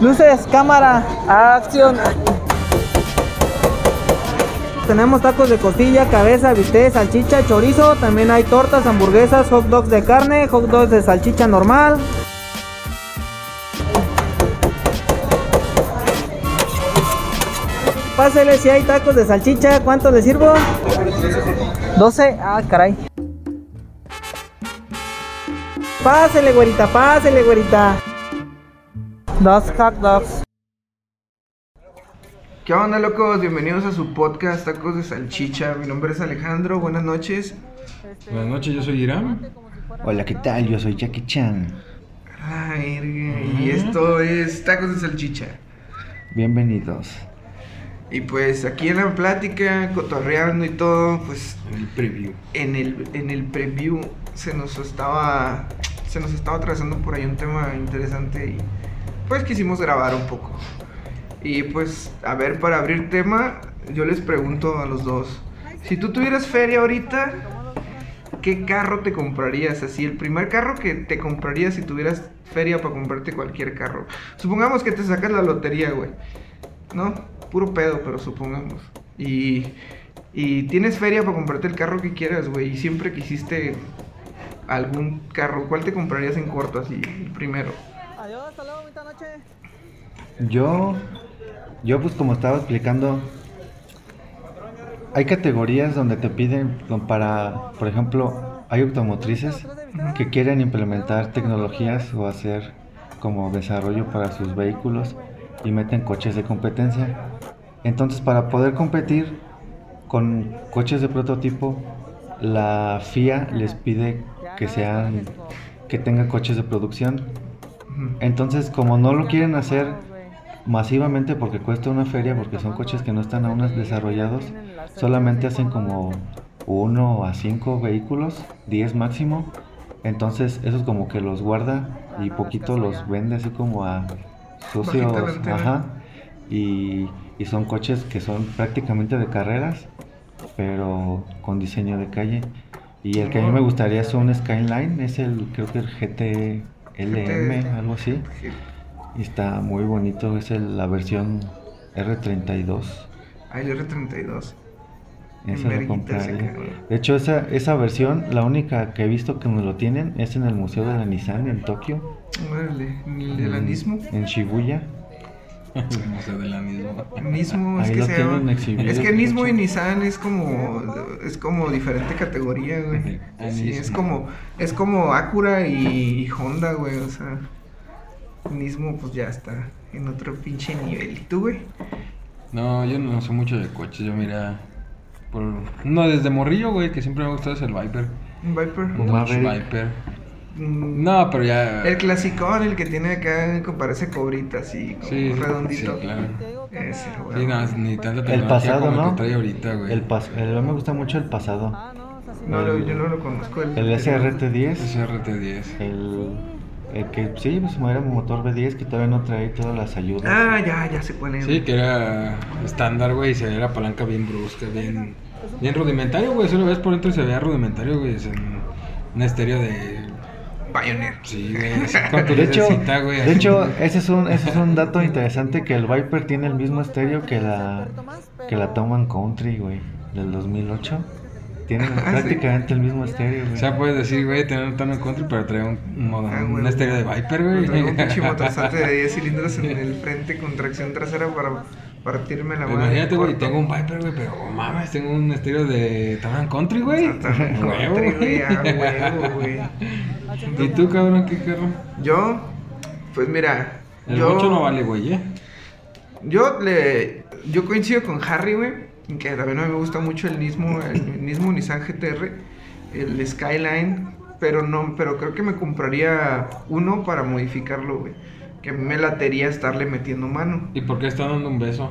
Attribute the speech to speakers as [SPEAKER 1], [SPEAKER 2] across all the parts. [SPEAKER 1] Luces, cámara, acción. Tenemos tacos de costilla, cabeza, bistec, salchicha, chorizo. También hay tortas, hamburguesas, hot dogs de carne, hot dogs de salchicha normal. Pásele si hay tacos de salchicha. ¿Cuánto le sirvo? 12. Ah, caray. Pásele, güerita, pásele, güerita. Dos hot dogs.
[SPEAKER 2] ¿Qué onda, locos? Bienvenidos a su podcast Tacos de Salchicha. Mi nombre es Alejandro, buenas noches.
[SPEAKER 3] Buenas noches, yo soy Irán.
[SPEAKER 4] Hola, ¿qué tal? Yo soy Jackie Chan.
[SPEAKER 2] Ah, verga, Y esto es Tacos de Salchicha.
[SPEAKER 4] Bienvenidos.
[SPEAKER 2] Y pues aquí en la plática, cotorreando y todo, pues
[SPEAKER 3] El preview.
[SPEAKER 2] en el, en el preview se nos estaba se nos estaba trazando por ahí un tema interesante y pues quisimos grabar un poco. Y pues a ver para abrir tema, yo les pregunto a los dos, si tú tuvieras feria ahorita, ¿qué carro te comprarías? Así el primer carro que te comprarías si tuvieras feria para comprarte cualquier carro. Supongamos que te sacas la lotería, güey. ¿no? Puro pedo, pero supongamos. Y, y tienes feria para comprarte el carro que quieras, güey. Y siempre quisiste algún carro. ¿Cuál te comprarías en corto así? El primero.
[SPEAKER 1] Adiós, hasta luego, bonita noche.
[SPEAKER 4] Yo, yo pues como estaba explicando, hay categorías donde te piden con- para, por ejemplo, hay automotrices que quieren implementar tecnologías o hacer como desarrollo para sus vehículos y meten coches de competencia. Entonces, para poder competir con coches de prototipo, la FIA les pide que sean que tengan coches de producción.
[SPEAKER 2] Ujú.
[SPEAKER 4] Entonces, como no lo quieren hacer masivamente porque cuesta una feria, porque son coches que no están aún desarrollados, solamente hacen como uno a cinco vehículos, 10 máximo. Entonces, esos como que los guarda y poquito los vende así como a socios,
[SPEAKER 2] Bajita la antena.
[SPEAKER 4] ajá. Y, y son coches que son prácticamente de carreras, pero con diseño de calle. Y el que a mí me gustaría es un Skyline, es el creo que el GTLM, algo así. Y está muy bonito, es el- la versión R32.
[SPEAKER 2] Ah, el R32. En
[SPEAKER 4] Esa la
[SPEAKER 2] verguita ese
[SPEAKER 4] compraría.
[SPEAKER 2] carro.
[SPEAKER 4] De hecho, esa, esa versión, la única que he visto que nos lo tienen, es en el Museo de la Nissan en Tokio.
[SPEAKER 2] Órale, ni el del
[SPEAKER 4] en-
[SPEAKER 2] anismo.
[SPEAKER 4] En Shibuya.
[SPEAKER 3] No sé de la misma.
[SPEAKER 2] Nismo, es
[SPEAKER 4] Ahí
[SPEAKER 2] que
[SPEAKER 4] lo
[SPEAKER 2] se
[SPEAKER 4] tienen
[SPEAKER 2] llama.
[SPEAKER 4] exhibido
[SPEAKER 2] Es que
[SPEAKER 4] el
[SPEAKER 2] Nismo y
[SPEAKER 4] coche.
[SPEAKER 2] Nissan es como es como diferente categoría, güey.
[SPEAKER 4] Ah,
[SPEAKER 3] Ujú.
[SPEAKER 2] Sí, es
[SPEAKER 3] Nismo.
[SPEAKER 2] como es como Acura y, y Honda, güey, o sea, Nismo pues ya está en otro pinche nivel. ¿Y tú, güey?
[SPEAKER 3] No, yo no sé mucho de coches. Yo mira. Por... No, desde morrillo, güey, que siempre me ha gustado es el Viper.
[SPEAKER 2] ¿Un Viper?
[SPEAKER 4] Un
[SPEAKER 3] Dodge
[SPEAKER 4] Maverick.
[SPEAKER 3] Viper.
[SPEAKER 2] Mm,
[SPEAKER 3] No, pero ya.
[SPEAKER 2] El clasicón, el que tiene acá, que parece cobrita, así, como
[SPEAKER 3] Sí,
[SPEAKER 2] redondito.
[SPEAKER 3] sí, claro.
[SPEAKER 2] Ese, güey.
[SPEAKER 3] Sí, no, ni tanta tecnología
[SPEAKER 4] El pasado,
[SPEAKER 3] como el
[SPEAKER 4] ¿no?
[SPEAKER 3] que trae ahorita, güey.
[SPEAKER 4] El pas- el- a mí me gusta mucho el pasado.
[SPEAKER 1] Ah, no, o sea, sí.
[SPEAKER 2] No, lo- yo no lo conozco.
[SPEAKER 4] El
[SPEAKER 3] Es
[SPEAKER 4] SRT10.
[SPEAKER 3] RT10.
[SPEAKER 4] El, el que sí, pues era un motor V10 que todavía no trae todas las ayudas.
[SPEAKER 2] Ah, ya, ya sé cuál es.
[SPEAKER 3] Sí, que era estándar, güey, y se veía la palanca bien brusca, bien, bien rudimentario, güey. Solo ves por dentro y se veía rudimentario, güey. Es en un estéreo de
[SPEAKER 2] Pioneer.
[SPEAKER 3] Sí, güey. así con tu
[SPEAKER 4] De hecho,
[SPEAKER 3] lucecita, güey,
[SPEAKER 4] de
[SPEAKER 3] así.
[SPEAKER 4] hecho ese, es un, ese es un dato interesante que el Viper tiene el mismo estéreo que la que la Toman Country, güey, del 2008. Tienen
[SPEAKER 2] Ah, sí.
[SPEAKER 4] prácticamente el mismo estéreo,
[SPEAKER 3] O
[SPEAKER 4] güey.
[SPEAKER 3] sea, puedes decir, güey, tener un tono en contra, pero trae un, un, modo-
[SPEAKER 2] Ah,
[SPEAKER 3] un
[SPEAKER 2] güey.
[SPEAKER 3] estéreo de Viper, güey.
[SPEAKER 2] Traigo un pinche motorzante de 10 cilindros en el frente con tracción trasera para partirme la madre.
[SPEAKER 3] Imagínate, güey, tengo un Viper, güey, pero oh, mames, tengo un estéreo de Town Country,
[SPEAKER 2] Ah,
[SPEAKER 3] güey.
[SPEAKER 2] Town
[SPEAKER 3] Huevo,
[SPEAKER 2] Country, güey, a huevo, güey.
[SPEAKER 3] ¿Y tú, cabrón, qué carro?
[SPEAKER 2] Yo, pues mira,
[SPEAKER 3] El
[SPEAKER 2] yo,
[SPEAKER 3] 8 no vale, güey, ¿eh?
[SPEAKER 2] Yo le, yo coincido con Harry, güey, en que también a mí me gusta mucho el mismo, el mismo Nissan GTR, el Skyline, pero no, pero creo que me compraría uno para modificarlo, güey. Que a mí me latería estarle metiendo mano.
[SPEAKER 3] ¿Y por qué está dando un beso?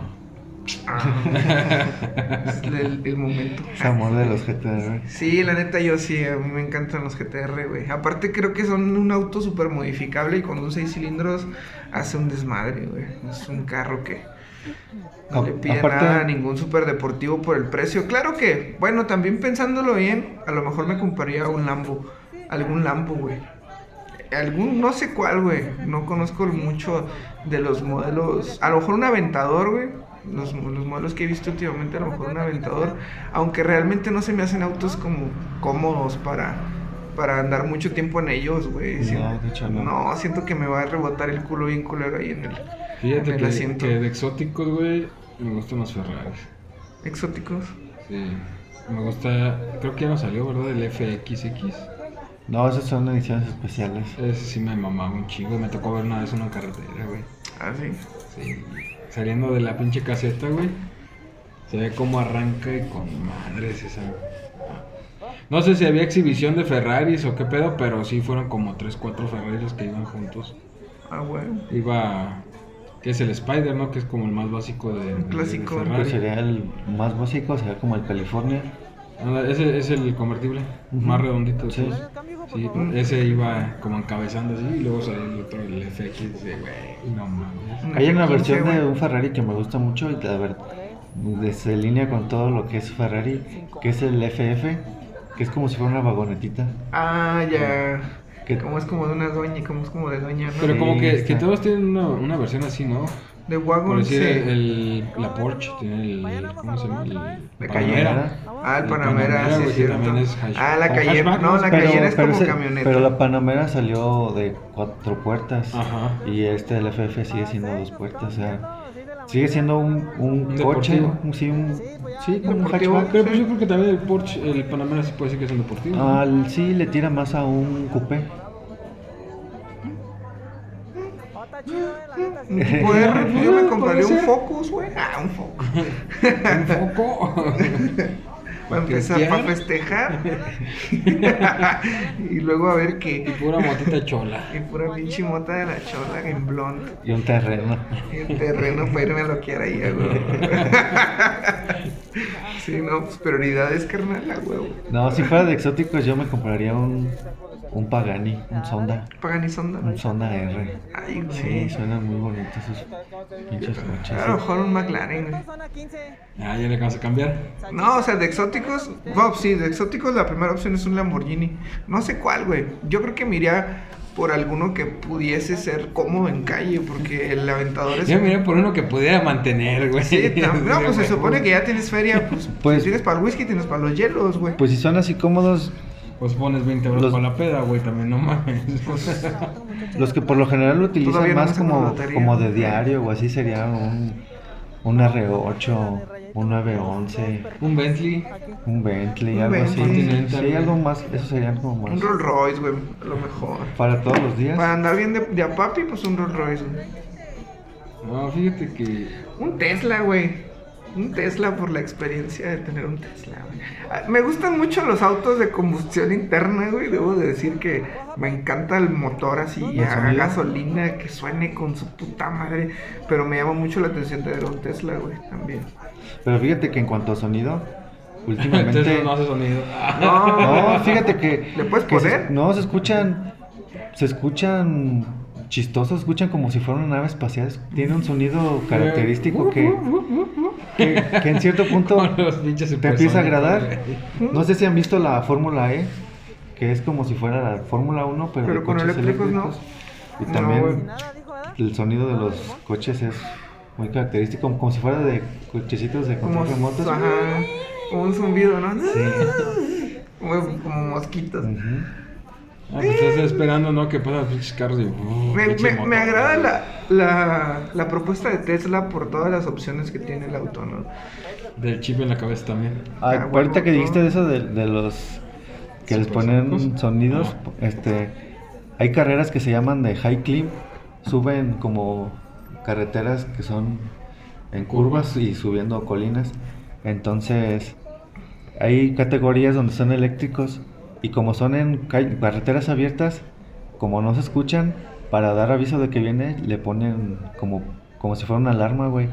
[SPEAKER 2] es el- el momento.
[SPEAKER 4] Es amor de los GTR.
[SPEAKER 2] Sí, la neta yo sí, a mí me encantan los GTR, güey. Aparte creo que son un auto súper modificable y con un 6 cilindros hace un desmadre, güey. Es un carro que no
[SPEAKER 4] A-
[SPEAKER 2] le pide
[SPEAKER 4] aparte-
[SPEAKER 2] nada a ningún súper deportivo por el precio. Claro que, bueno, también pensándolo bien, a lo mejor me compraría un Lambo, algún Lambo, güey. algún, no sé cuál, güey. No conozco mucho de los modelos. A lo mejor un aventador, güey. Los, los modelos que he visto últimamente, a lo mejor un aventador. Aunque realmente no se me hacen autos como cómodos para, para andar mucho tiempo en ellos, güey.
[SPEAKER 4] No,
[SPEAKER 2] Siento-
[SPEAKER 4] de hecho no.
[SPEAKER 2] no, siento que me va a rebotar el culo bien culero ahí en el, en
[SPEAKER 3] Fíjate
[SPEAKER 2] el
[SPEAKER 3] que,
[SPEAKER 2] asiento.
[SPEAKER 3] que de exóticos, güey, me gustan los Ferraris.
[SPEAKER 2] Exóticos.
[SPEAKER 3] Sí. Me gusta, creo que ya no salió, ¿verdad? El FXX.
[SPEAKER 4] No, esas son ediciones especiales. Pues
[SPEAKER 3] Ese sí me mamaba un chingo. Me tocó ver una vez una carretera, güey.
[SPEAKER 2] Ah, sí.
[SPEAKER 3] Sí. Saliendo de la pinche caseta, güey. Se ve cómo arranca y con madres esa. No sé si había exhibición de Ferraris o qué pedo, pero sí fueron como 3, 4 Ferraris los que iban juntos.
[SPEAKER 2] Ah, güey.
[SPEAKER 3] Iba. que es el Spider, ¿no? Que es como el más básico de. de- de
[SPEAKER 2] clásico.
[SPEAKER 4] Pero
[SPEAKER 3] Ferrari.
[SPEAKER 4] sería el más básico, sería como el California.
[SPEAKER 3] Anda, Ah, Ese es el convertible,
[SPEAKER 4] Ujú.
[SPEAKER 3] más redondito.
[SPEAKER 4] Pues, Sí.
[SPEAKER 3] Sí. Sí, ese iba como encabezando así y luego salió el otro, el FX, de güey, no mames.
[SPEAKER 4] Hay una
[SPEAKER 2] F15,
[SPEAKER 4] versión
[SPEAKER 2] güey.
[SPEAKER 4] de un Ferrari que me gusta mucho y la verdad se línea con todo lo que es Ferrari, que es el FF, que es como si fuera una vagonetita.
[SPEAKER 2] Ah, ya.
[SPEAKER 4] ¿Qué?
[SPEAKER 2] Como es como de una doña, como es como de doña, ¿no?
[SPEAKER 3] Pero
[SPEAKER 4] Sí,
[SPEAKER 3] como que,
[SPEAKER 4] está.
[SPEAKER 3] que todos tienen una, una versión así, ¿no?
[SPEAKER 2] De Wagon,
[SPEAKER 3] Por decir,
[SPEAKER 2] Ah, sí.
[SPEAKER 3] el, la Porsche tiene el, ¿cómo se llama? El
[SPEAKER 2] La
[SPEAKER 3] Panamera.
[SPEAKER 4] Cayenne.
[SPEAKER 2] Ah, el
[SPEAKER 3] el
[SPEAKER 2] Panamera,
[SPEAKER 3] Panamera,
[SPEAKER 2] sí,
[SPEAKER 3] güey,
[SPEAKER 2] es
[SPEAKER 3] que
[SPEAKER 2] cierto.
[SPEAKER 3] también es hatch-
[SPEAKER 2] ah, la
[SPEAKER 3] o
[SPEAKER 2] Cayenne,
[SPEAKER 3] hatchback,
[SPEAKER 2] no,
[SPEAKER 3] ¿no?
[SPEAKER 2] la
[SPEAKER 3] Pero-
[SPEAKER 2] Cayenne es como
[SPEAKER 4] ese-
[SPEAKER 2] camioneta.
[SPEAKER 4] pero la Panamera salió de cuatro puertas
[SPEAKER 3] Ajá.
[SPEAKER 4] y este el FF
[SPEAKER 1] Ah,
[SPEAKER 4] sigue siendo dos puertas, o sea, sigue siendo un, un
[SPEAKER 3] Un
[SPEAKER 4] coche,
[SPEAKER 3] deportivo.
[SPEAKER 4] un, sí, un, sí, como un
[SPEAKER 2] Deportivo.
[SPEAKER 4] hatchback.
[SPEAKER 3] Pero pues yo creo que también el Porsche, el Panamera se puede decir que es un deportivo.
[SPEAKER 2] Ah.
[SPEAKER 3] ¿no?
[SPEAKER 4] Al sí le tira más a un coupé.
[SPEAKER 1] Oh, eh,
[SPEAKER 2] Un tipo R, pues yo me
[SPEAKER 3] Puede
[SPEAKER 2] compraría un
[SPEAKER 3] ser.
[SPEAKER 2] Focus, güey. Ah, un Focus.
[SPEAKER 3] Un foco.
[SPEAKER 2] Para empezar, para festejar. y luego a ver qué.
[SPEAKER 3] Pura motita chola.
[SPEAKER 2] Y pura pinche mota de la chola en blond.
[SPEAKER 4] Y un terreno.
[SPEAKER 2] El terreno para irme a lo que era ahí, a huevo. Sí, no, pues prioridades, carnal, a huevo.
[SPEAKER 4] No, si fuera de exóticos yo me compraría un, un Pagani, un Sonda,
[SPEAKER 2] Pagan y sonda.
[SPEAKER 4] un Sonda R.
[SPEAKER 2] Ay,
[SPEAKER 4] Sí,
[SPEAKER 2] güey.
[SPEAKER 4] suenan muy bonitos esos pinches coches.
[SPEAKER 2] A lo mejor un McLaren, güey.
[SPEAKER 3] Ah, ya le acabas de cambiar.
[SPEAKER 2] No, o sea, de exóticos, no, sí, de exóticos la primera opción es un Lamborghini. No sé cuál, güey. Yo creo que me iría por alguno que pudiese ser cómodo en calle, porque el aventador es...
[SPEAKER 3] Yo miré por uno que pudiera mantener, güey.
[SPEAKER 2] Sí, tam- no, pues se
[SPEAKER 3] Güey.
[SPEAKER 2] supone que ya tienes feria, pues,
[SPEAKER 4] Pues-
[SPEAKER 2] si tienes para el whisky, tienes para los hielos, güey.
[SPEAKER 4] Pues si son así cómodos,
[SPEAKER 3] Pues pones 20 euros
[SPEAKER 4] Los-
[SPEAKER 3] para la peda, güey, también no mames.
[SPEAKER 4] los que por lo general lo utilizan
[SPEAKER 2] Todavía no
[SPEAKER 4] más
[SPEAKER 2] sacan la
[SPEAKER 4] como,
[SPEAKER 2] lotería.
[SPEAKER 4] como de diario o así sería un, un R8, un 911,
[SPEAKER 3] un Bentley.
[SPEAKER 4] un Bentley,
[SPEAKER 2] Un
[SPEAKER 4] algo así.
[SPEAKER 2] Bentley.
[SPEAKER 4] Sí, algo más, eso serían como
[SPEAKER 2] Un
[SPEAKER 4] más.
[SPEAKER 2] Rolls Royce, güey, a lo mejor.
[SPEAKER 4] Para todos los días.
[SPEAKER 2] Para andar bien de, de a papi, pues un Rolls Royce, güey.
[SPEAKER 3] No, fíjate que.
[SPEAKER 2] Un Tesla, güey. Un Tesla por la experiencia de tener un Tesla, güey. Ah, Me gustan mucho los autos de combustión interna, güey. Debo de decir que me encanta el motor así
[SPEAKER 4] ¿El
[SPEAKER 2] a
[SPEAKER 4] sonido?
[SPEAKER 2] gasolina que suene con su puta madre. Pero me llama mucho la atención tener un Tesla, güey, también.
[SPEAKER 4] Pero fíjate que en cuanto a sonido,
[SPEAKER 3] Entonces
[SPEAKER 4] últimamente.
[SPEAKER 3] no hace sonido.
[SPEAKER 2] No,
[SPEAKER 4] No, fíjate que.
[SPEAKER 2] ¿Le puedes
[SPEAKER 4] que se-
[SPEAKER 2] poner?
[SPEAKER 4] no, se escuchan. Se escuchan chistosos, escuchan como si fuera una nave espacial. Tiene un sonido
[SPEAKER 3] Uh,
[SPEAKER 4] característico que, que, que en cierto punto
[SPEAKER 3] Con los pinches
[SPEAKER 4] te empieza a
[SPEAKER 3] supersónicos,
[SPEAKER 4] agradar.
[SPEAKER 3] güey.
[SPEAKER 4] No sé si han visto la Fórmula E, que es como si fuera la Fórmula 1, pero,
[SPEAKER 2] Pero
[SPEAKER 4] de
[SPEAKER 2] con
[SPEAKER 4] coches
[SPEAKER 2] eléctricos, no.
[SPEAKER 4] Y
[SPEAKER 2] No,
[SPEAKER 4] también
[SPEAKER 2] güey.
[SPEAKER 4] el sonido de los coches es muy característico, como, como si fuera de cochecitos de
[SPEAKER 2] Como,
[SPEAKER 4] control remotos.
[SPEAKER 2] ajá, como un zumbido, ¿no? Güey, como mosquitos.
[SPEAKER 4] Ujú.
[SPEAKER 3] Ah, pues estás esperando, ¿no? Que pasan los pinches carros y. uh,
[SPEAKER 2] Me,
[SPEAKER 3] pinche
[SPEAKER 2] me-
[SPEAKER 3] moto,
[SPEAKER 2] me agrada
[SPEAKER 3] güey.
[SPEAKER 2] la, la, la propuesta de Tesla por todas las opciones que tiene el auto, ¿no?
[SPEAKER 3] Del chip en la cabeza también.
[SPEAKER 4] Ah,
[SPEAKER 2] Ah,
[SPEAKER 4] ahorita
[SPEAKER 2] bueno,
[SPEAKER 4] que
[SPEAKER 2] no.
[SPEAKER 4] dijiste de eso de, de los que les ponen
[SPEAKER 3] Supersónicos.
[SPEAKER 4] sonidos,
[SPEAKER 3] Ajá.
[SPEAKER 4] este, hay carreras que se llaman de high climb, suben como carreteras que son en curvas y subiendo colinas, entonces hay categorías donde son eléctricos y como son en call- carreteras abiertas, como no se escuchan, para dar aviso de que viene, le ponen como, como si fuera una alarma, güey.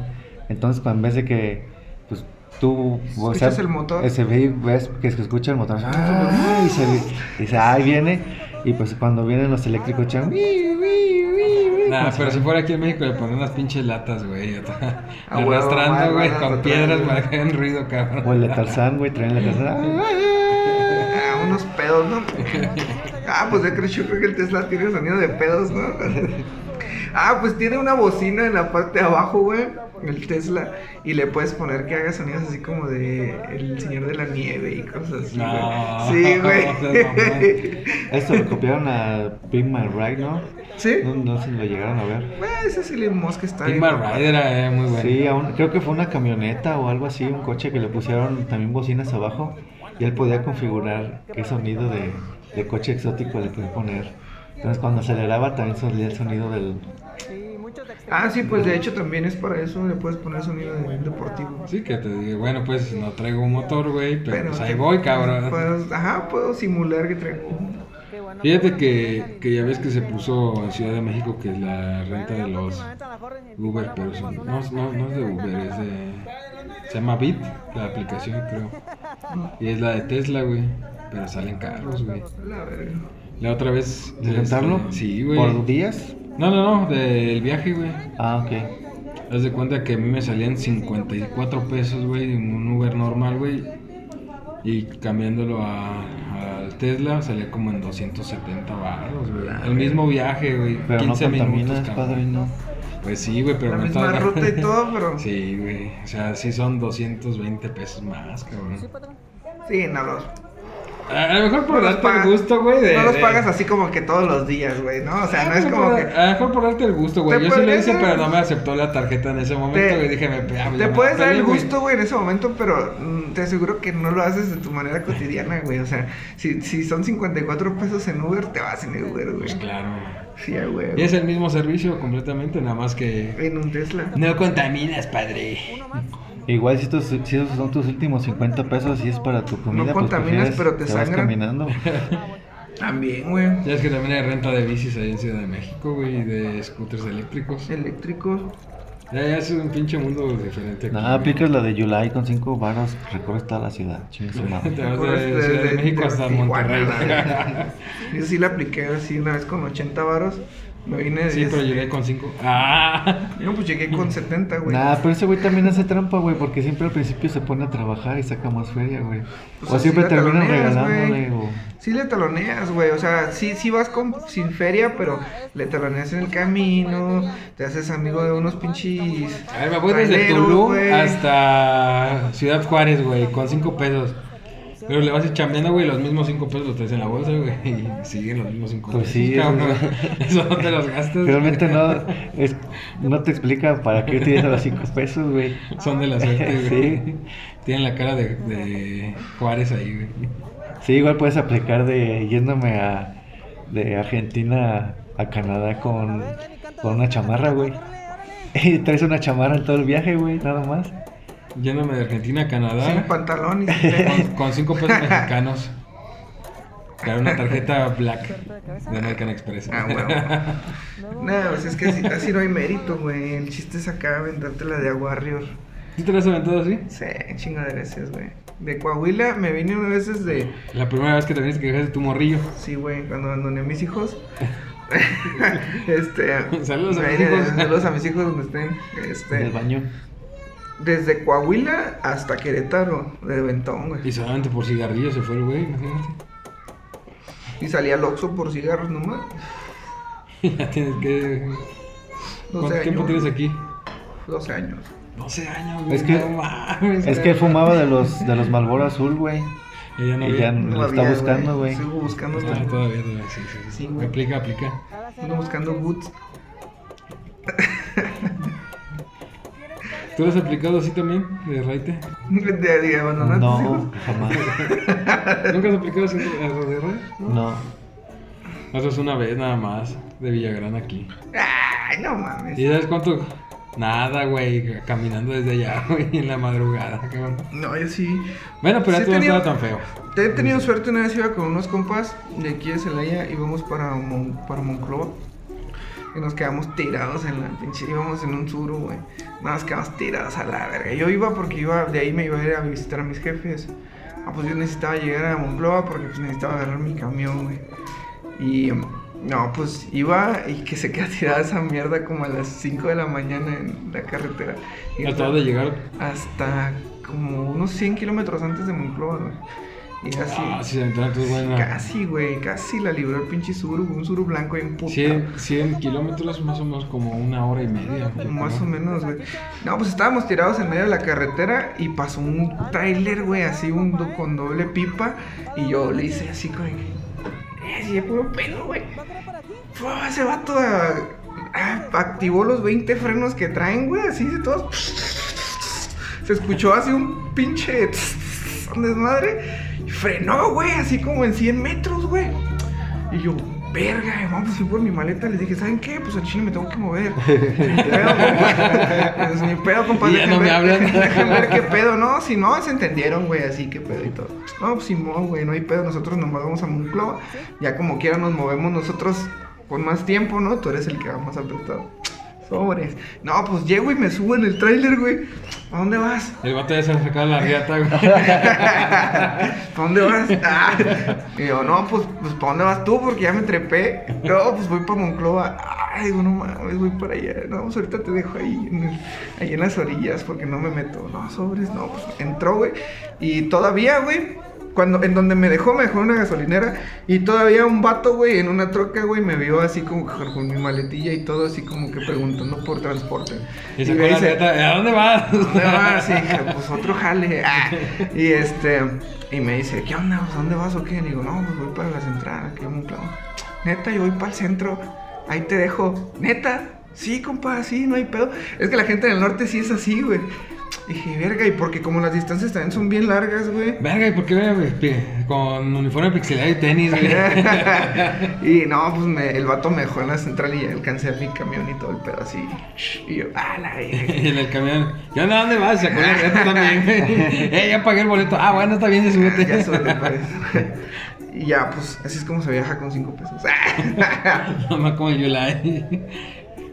[SPEAKER 4] Entonces, cuando- en vez de que pues, tú o
[SPEAKER 2] Escuchas el motor.
[SPEAKER 4] ese ve y ves que se escucha el motor, ¡ah! y se ve- y dice, ahí viene. Y pues cuando vienen los eléctricos, echan, "Wii, wii, wii, wii",
[SPEAKER 3] Nah,
[SPEAKER 4] como
[SPEAKER 3] pero si
[SPEAKER 4] fuera-
[SPEAKER 3] fuera aquí en México le ponen unas pinches latas, güey.
[SPEAKER 2] Ah, huevo, mal,
[SPEAKER 3] Arrastrando, güey,
[SPEAKER 2] mal,
[SPEAKER 3] con
[SPEAKER 2] atrás,
[SPEAKER 3] piedras
[SPEAKER 2] güey.
[SPEAKER 3] para que hagan ruido, cabrón.
[SPEAKER 4] O el de Tarzán, güey, traen el de Tarzán. "Ah, ah, ah".
[SPEAKER 2] Ah, unos pedos, ¿no? Ah, pues ya creo yo creo que el Tesla tiene sonido de pedos, ¿no? ah, pues tiene una bocina en la parte de abajo, güey. El Tesla. Y le puedes poner que haga sonidos así como de El Señor de la Nieve y cosas así, güey.
[SPEAKER 3] No.
[SPEAKER 2] Sí, güey.
[SPEAKER 3] No,
[SPEAKER 4] Esto lo copiaron a Big Man Ride, ¿no?
[SPEAKER 2] ¿Sí?
[SPEAKER 4] No, no se lo llegaron a ver.
[SPEAKER 2] Bueno, ese sí le mosca está
[SPEAKER 3] Big
[SPEAKER 2] bien,
[SPEAKER 3] Mad
[SPEAKER 2] papá.
[SPEAKER 3] Rider era eh, muy bueno.
[SPEAKER 4] Sí, a un- creo que fue una camioneta o algo así, un coche que le pusieron también bocinas abajo y él podía configurar qué sonido de, de coche exótico le podía poner. Entonces cuando aceleraba también salía el sonido del...
[SPEAKER 2] Ah, sí, pues de hecho también es para eso. Le puedes poner sonido de deportivo.
[SPEAKER 3] Sí, que te dije, bueno, pues no traigo un motor, güey, pero, pues ahí
[SPEAKER 2] te-
[SPEAKER 3] voy, cabrón.
[SPEAKER 2] puedo- ajá, puedo simular que traigo. un-
[SPEAKER 3] Fíjate que, que ya ves que se puso en Ciudad de México que es la renta de los Uber, pero son- no, no, no es de Uber, es de... Se llama Bit, la aplicación, creo. Y es la de Tesla, güey, pero salen caros, güey.
[SPEAKER 2] La verga.
[SPEAKER 3] La otra vez...
[SPEAKER 4] ¿De rentarlo?
[SPEAKER 3] este, Sí, güey.
[SPEAKER 4] ¿Por días?
[SPEAKER 3] No, no, no, del viaje, güey.
[SPEAKER 4] Ah, ok.
[SPEAKER 3] Haz de cuenta que a mí me salían 54 pesos, güey, en un Uber normal, güey. Y cambiándolo a, al Tesla salía como en 270 baros, güey. El mismo viaje, güey.
[SPEAKER 4] Pero no
[SPEAKER 3] 15 minutos.
[SPEAKER 4] contaminas,
[SPEAKER 3] cabrón.
[SPEAKER 4] padre, no.
[SPEAKER 3] Pues sí, güey, pero
[SPEAKER 2] La
[SPEAKER 3] no
[SPEAKER 2] misma
[SPEAKER 3] estaba-
[SPEAKER 2] ruta y todo, pero. Sí,
[SPEAKER 3] Sí, güey. O sea, sí son 220 pesos más, cabrón.
[SPEAKER 2] no los.
[SPEAKER 3] A lo mejor por
[SPEAKER 2] no los
[SPEAKER 3] darte
[SPEAKER 2] pagas-
[SPEAKER 3] el gusto, güey. de-
[SPEAKER 2] No los
[SPEAKER 3] de-
[SPEAKER 2] pagas así como que todos los días, güey, ¿no? O sea, no es
[SPEAKER 3] Ah,
[SPEAKER 2] como
[SPEAKER 3] por-
[SPEAKER 2] que.
[SPEAKER 3] A lo mejor por darte el gusto, güey.
[SPEAKER 2] Te
[SPEAKER 3] Yo sí le
[SPEAKER 2] puedes-
[SPEAKER 3] hice, pero no me aceptó la tarjeta en ese momento,
[SPEAKER 2] Te-
[SPEAKER 3] güey. Dije, me pe-
[SPEAKER 2] Te
[SPEAKER 3] me
[SPEAKER 2] puedes dar
[SPEAKER 3] pele,
[SPEAKER 2] el
[SPEAKER 3] güey.
[SPEAKER 2] gusto, güey, en ese momento, pero mm, te aseguro que no lo haces de tu manera cotidiana, güey. O sea, si, si son 54 pesos en Uber, te vas en el Uber, güey.
[SPEAKER 3] Pues claro.
[SPEAKER 2] Sí, a huevo.
[SPEAKER 3] Y es el mismo servicio completamente, nada más que...
[SPEAKER 2] En un Tesla.
[SPEAKER 3] No contaminas, padre.
[SPEAKER 4] Igual si, tus, si esos son tus últimos 50 pesos y es para tu comida, pues
[SPEAKER 2] contaminas,
[SPEAKER 4] prefieres-
[SPEAKER 2] pero te
[SPEAKER 4] vas
[SPEAKER 2] sangran.
[SPEAKER 4] caminando.
[SPEAKER 2] También, güey.
[SPEAKER 3] Ya es que también hay renta de bicis ahí en Ciudad de México, güey, y de scooters eléctricos.
[SPEAKER 2] Eléctricos.
[SPEAKER 3] Ya, ya es un pinche mundo diferente. aquí,
[SPEAKER 4] Nada,
[SPEAKER 3] güey.
[SPEAKER 4] aplicas la de July con 5 varos, recorres toda la ciudad. Chingue su madre.
[SPEAKER 3] Te vas de
[SPEAKER 2] Desde-
[SPEAKER 3] Ciudad de
[SPEAKER 2] desde
[SPEAKER 3] México hasta
[SPEAKER 2] este, Tijuana,
[SPEAKER 3] Monterrey.
[SPEAKER 2] Yo sí la apliqué así una vez con 80 varos. Me vine de
[SPEAKER 3] Sí, pero
[SPEAKER 2] este-
[SPEAKER 3] llegué con cinco. ¡Ah!
[SPEAKER 2] No, pues llegué con 70, güey.
[SPEAKER 4] Nah, pero ese güey también hace trampa, güey, porque siempre al principio se pone a trabajar y saca más feria, güey.
[SPEAKER 2] Pues
[SPEAKER 4] o
[SPEAKER 2] así
[SPEAKER 4] siempre
[SPEAKER 2] la
[SPEAKER 4] terminan
[SPEAKER 2] taloneas,
[SPEAKER 4] regalándole,
[SPEAKER 2] güey.
[SPEAKER 4] o...
[SPEAKER 2] Sí le taloneas, güey. O sea, sí, sí vas con, sin feria, pero le taloneas en el camino. Te haces amigo de unos pinches.
[SPEAKER 3] A ver, me voy desde
[SPEAKER 2] traileros,
[SPEAKER 3] Tulum
[SPEAKER 2] güey.
[SPEAKER 3] hasta Ciudad Juárez, güey, con cinco pesos. Pero le vas a ir chambeando, güey, los mismos cinco pesos los traes en la bolsa, güey, y siguen los mismos cinco
[SPEAKER 4] Pues
[SPEAKER 3] pesos.
[SPEAKER 4] sí,
[SPEAKER 3] cabrón.
[SPEAKER 4] es-
[SPEAKER 3] Eso no te los gastas.
[SPEAKER 4] Realmente no, es, no te explica para qué tienes los 5 pesos, güey.
[SPEAKER 3] Son de la suerte, güey.
[SPEAKER 4] Sí.
[SPEAKER 3] Tienen la cara de, de Juárez ahí, güey.
[SPEAKER 4] Sí, igual puedes aplicar de yéndome a, de Argentina a Canadá con, con una chamarra, güey. Y traes una chamarra en todo el viaje, güey, nada más.
[SPEAKER 3] Yéndome de Argentina a Canadá
[SPEAKER 2] Sin pantalón y sin tenis.
[SPEAKER 3] con, con cinco pesos mexicanos. Para una tarjeta black de American Express.
[SPEAKER 2] Ah, huevo. No, pues es que así, así no hay mérito, güey. El chiste es acá aventarte la de Aguarrior.
[SPEAKER 3] ¿Tú te la has aventado así?
[SPEAKER 2] Sí, chingo de veces, güey. De Coahuila me vine una vez desde.
[SPEAKER 3] La primera vez que te viniste que dejaste tu morrillo.
[SPEAKER 2] Sí, güey, cuando abandoné a mis hijos. este.
[SPEAKER 3] Saludos a
[SPEAKER 2] me
[SPEAKER 3] mis
[SPEAKER 2] vine-
[SPEAKER 3] hijos.
[SPEAKER 2] Saludos a mis hijos donde estén.
[SPEAKER 4] En
[SPEAKER 2] Este.
[SPEAKER 4] el baño.
[SPEAKER 2] Desde Coahuila hasta Querétaro, de Ventón,
[SPEAKER 3] Y
[SPEAKER 2] güey.
[SPEAKER 3] solamente por cigarrillo se fue el güey, imagínate.
[SPEAKER 2] Y salí al Oxxo por cigarros nomás.
[SPEAKER 3] Ya tienes que. ¿Cuánto
[SPEAKER 2] sé,
[SPEAKER 3] tiempo
[SPEAKER 2] yo-
[SPEAKER 3] tienes aquí?
[SPEAKER 2] 12 años.
[SPEAKER 3] 12 años, güey.
[SPEAKER 4] Es que-
[SPEAKER 3] no mames,
[SPEAKER 4] Es que fumaba de los, de los Malboro Azul, güey.
[SPEAKER 3] Ella no
[SPEAKER 4] y
[SPEAKER 3] había-
[SPEAKER 4] ya no- Lo está buscando, güey.
[SPEAKER 2] Sigo buscando
[SPEAKER 3] Ah,
[SPEAKER 2] hasta.
[SPEAKER 3] todavía, todavía, sí, sí, sí.
[SPEAKER 2] Sí, güey.
[SPEAKER 3] Aplica, aplica.
[SPEAKER 2] Ando buscando boots.
[SPEAKER 3] ¿Tú lo has aplicado así también, de raite?
[SPEAKER 2] De, de abandonar a tus
[SPEAKER 4] No,
[SPEAKER 2] hijos.
[SPEAKER 4] jamás.
[SPEAKER 3] ¿Nunca has aplicado así de de raite?
[SPEAKER 4] No.
[SPEAKER 3] Eso es una vez nada más, de Villagrán aquí.
[SPEAKER 2] Ay, no mames.
[SPEAKER 3] ¿Y sabes cuánto? Nada, güey, caminando desde allá, güey, en la madrugada, cabrón.
[SPEAKER 2] No, yo sí.
[SPEAKER 3] Bueno, pero
[SPEAKER 2] Sí,
[SPEAKER 3] antes no
[SPEAKER 2] tenía-
[SPEAKER 3] estaba tan feo.
[SPEAKER 2] Te he tenido suerte una vez iba con unos compas de aquí de Celaya y vamos para, Mon- para Monclova. Y nos quedamos tirados en la pinche, íbamos en un suru, güey. Nada, nos quedamos tirados a la verga. Yo iba porque iba, de ahí me iba a ir a visitar a mis jefes. Ah, pues yo necesitaba llegar a Monclova porque pues, necesitaba agarrar mi camión, güey. Y no, pues iba y que se queda tirada esa mierda como a las 5 de la mañana en la carretera. Y
[SPEAKER 3] Acabas de llegar
[SPEAKER 2] hasta como unos 100 kilómetros antes de Monclova, güey. Y casi.
[SPEAKER 3] Ah, sí, entonces, bueno.
[SPEAKER 2] Casi, güey, casi la libró el pinche Suru, un Suru blanco y un puto.
[SPEAKER 3] 100, 100 kilómetros, más o menos como una hora y media. güey,
[SPEAKER 2] Más
[SPEAKER 3] ¿no?
[SPEAKER 2] o menos, güey. No, pues estábamos tirados en medio de la carretera y pasó un tráiler, güey, así un do- con doble pipa. Y yo le hice así con el. Eh, sí, de puro pedo, güey. Fua, Ese vato ah, ah, activó los 20 frenos que traen, güey, así de todos. Se escuchó así un pinche un desmadre. Y frenó, güey, así como en 100 metros, güey. Y yo, verga, eh, vamos a ir por mi maleta. Les dije, ¿saben qué? Pues al chile me tengo que mover. Ni pedo, compa. Pues, ni pedo, compadre.
[SPEAKER 3] Y ya no me hablan.
[SPEAKER 2] Dejen ver qué pedo. No, si no, se entendieron, güey, así qué pedo y todo. No, pues Simón, güey, no hay pedo. Nosotros nos vamos a Monclova. Ya como quiera nos movemos nosotros con más tiempo, ¿no? Tú eres el que va más apretado. Sobres. No, pues llego y me subo en el tráiler, güey. ¿A dónde vas?
[SPEAKER 3] El vato ya se ha sacado la riata, güey.
[SPEAKER 2] ¿Para dónde vas? Ah. Y yo, no, pues, pues ¿para dónde vas tú? Porque ya me trepé. No, pues voy para Monclova. Ay, digo, no mames, voy para allá. No, pues ahorita te dejo ahí en, el- ahí en las orillas porque no me meto. No, sobres, no. Pues entró, güey. Y todavía, güey, cuando, en donde me dejó, me dejó en una gasolinera. Y todavía un vato, güey, en una troca, güey, me vio así como que con mi maletilla y todo, así como que preguntando por transporte.
[SPEAKER 3] Y sacó
[SPEAKER 2] me
[SPEAKER 3] la
[SPEAKER 2] dice,
[SPEAKER 3] riata. ¿A dónde vas?
[SPEAKER 2] ¿Dónde vas? Y dije, pues otro jale. Ah. Y este, y me dice, ¿qué onda? Pues, ¿Dónde vas o qué? Y digo, no, pues voy para la central, aquí a Monclova. Neta, yo voy para el centro, ahí te dejo. Neta, sí, compa, sí, no hay pedo. Es que la gente del norte sí es así, güey. Dije, verga, y porque como las distancias también son bien largas, güey.
[SPEAKER 3] Verga, ¿y por qué güey, pi- con uniforme pixelado y tenis, güey?
[SPEAKER 2] y no, pues me- el vato me dejó en la central y alcancé a mi camión y todo el pedo así. Y yo, ah, la verga.
[SPEAKER 3] Y en el camión, ¿qué onda? ¿Dónde vas? Sacó la riata también, güey. Eh, ya pagué el boleto. Ah, bueno, está bien, ya súbete.
[SPEAKER 2] Ya súbete, pues. Y ya, pues, así es como se viaja con 5 pesos.
[SPEAKER 3] Mamá como yo la.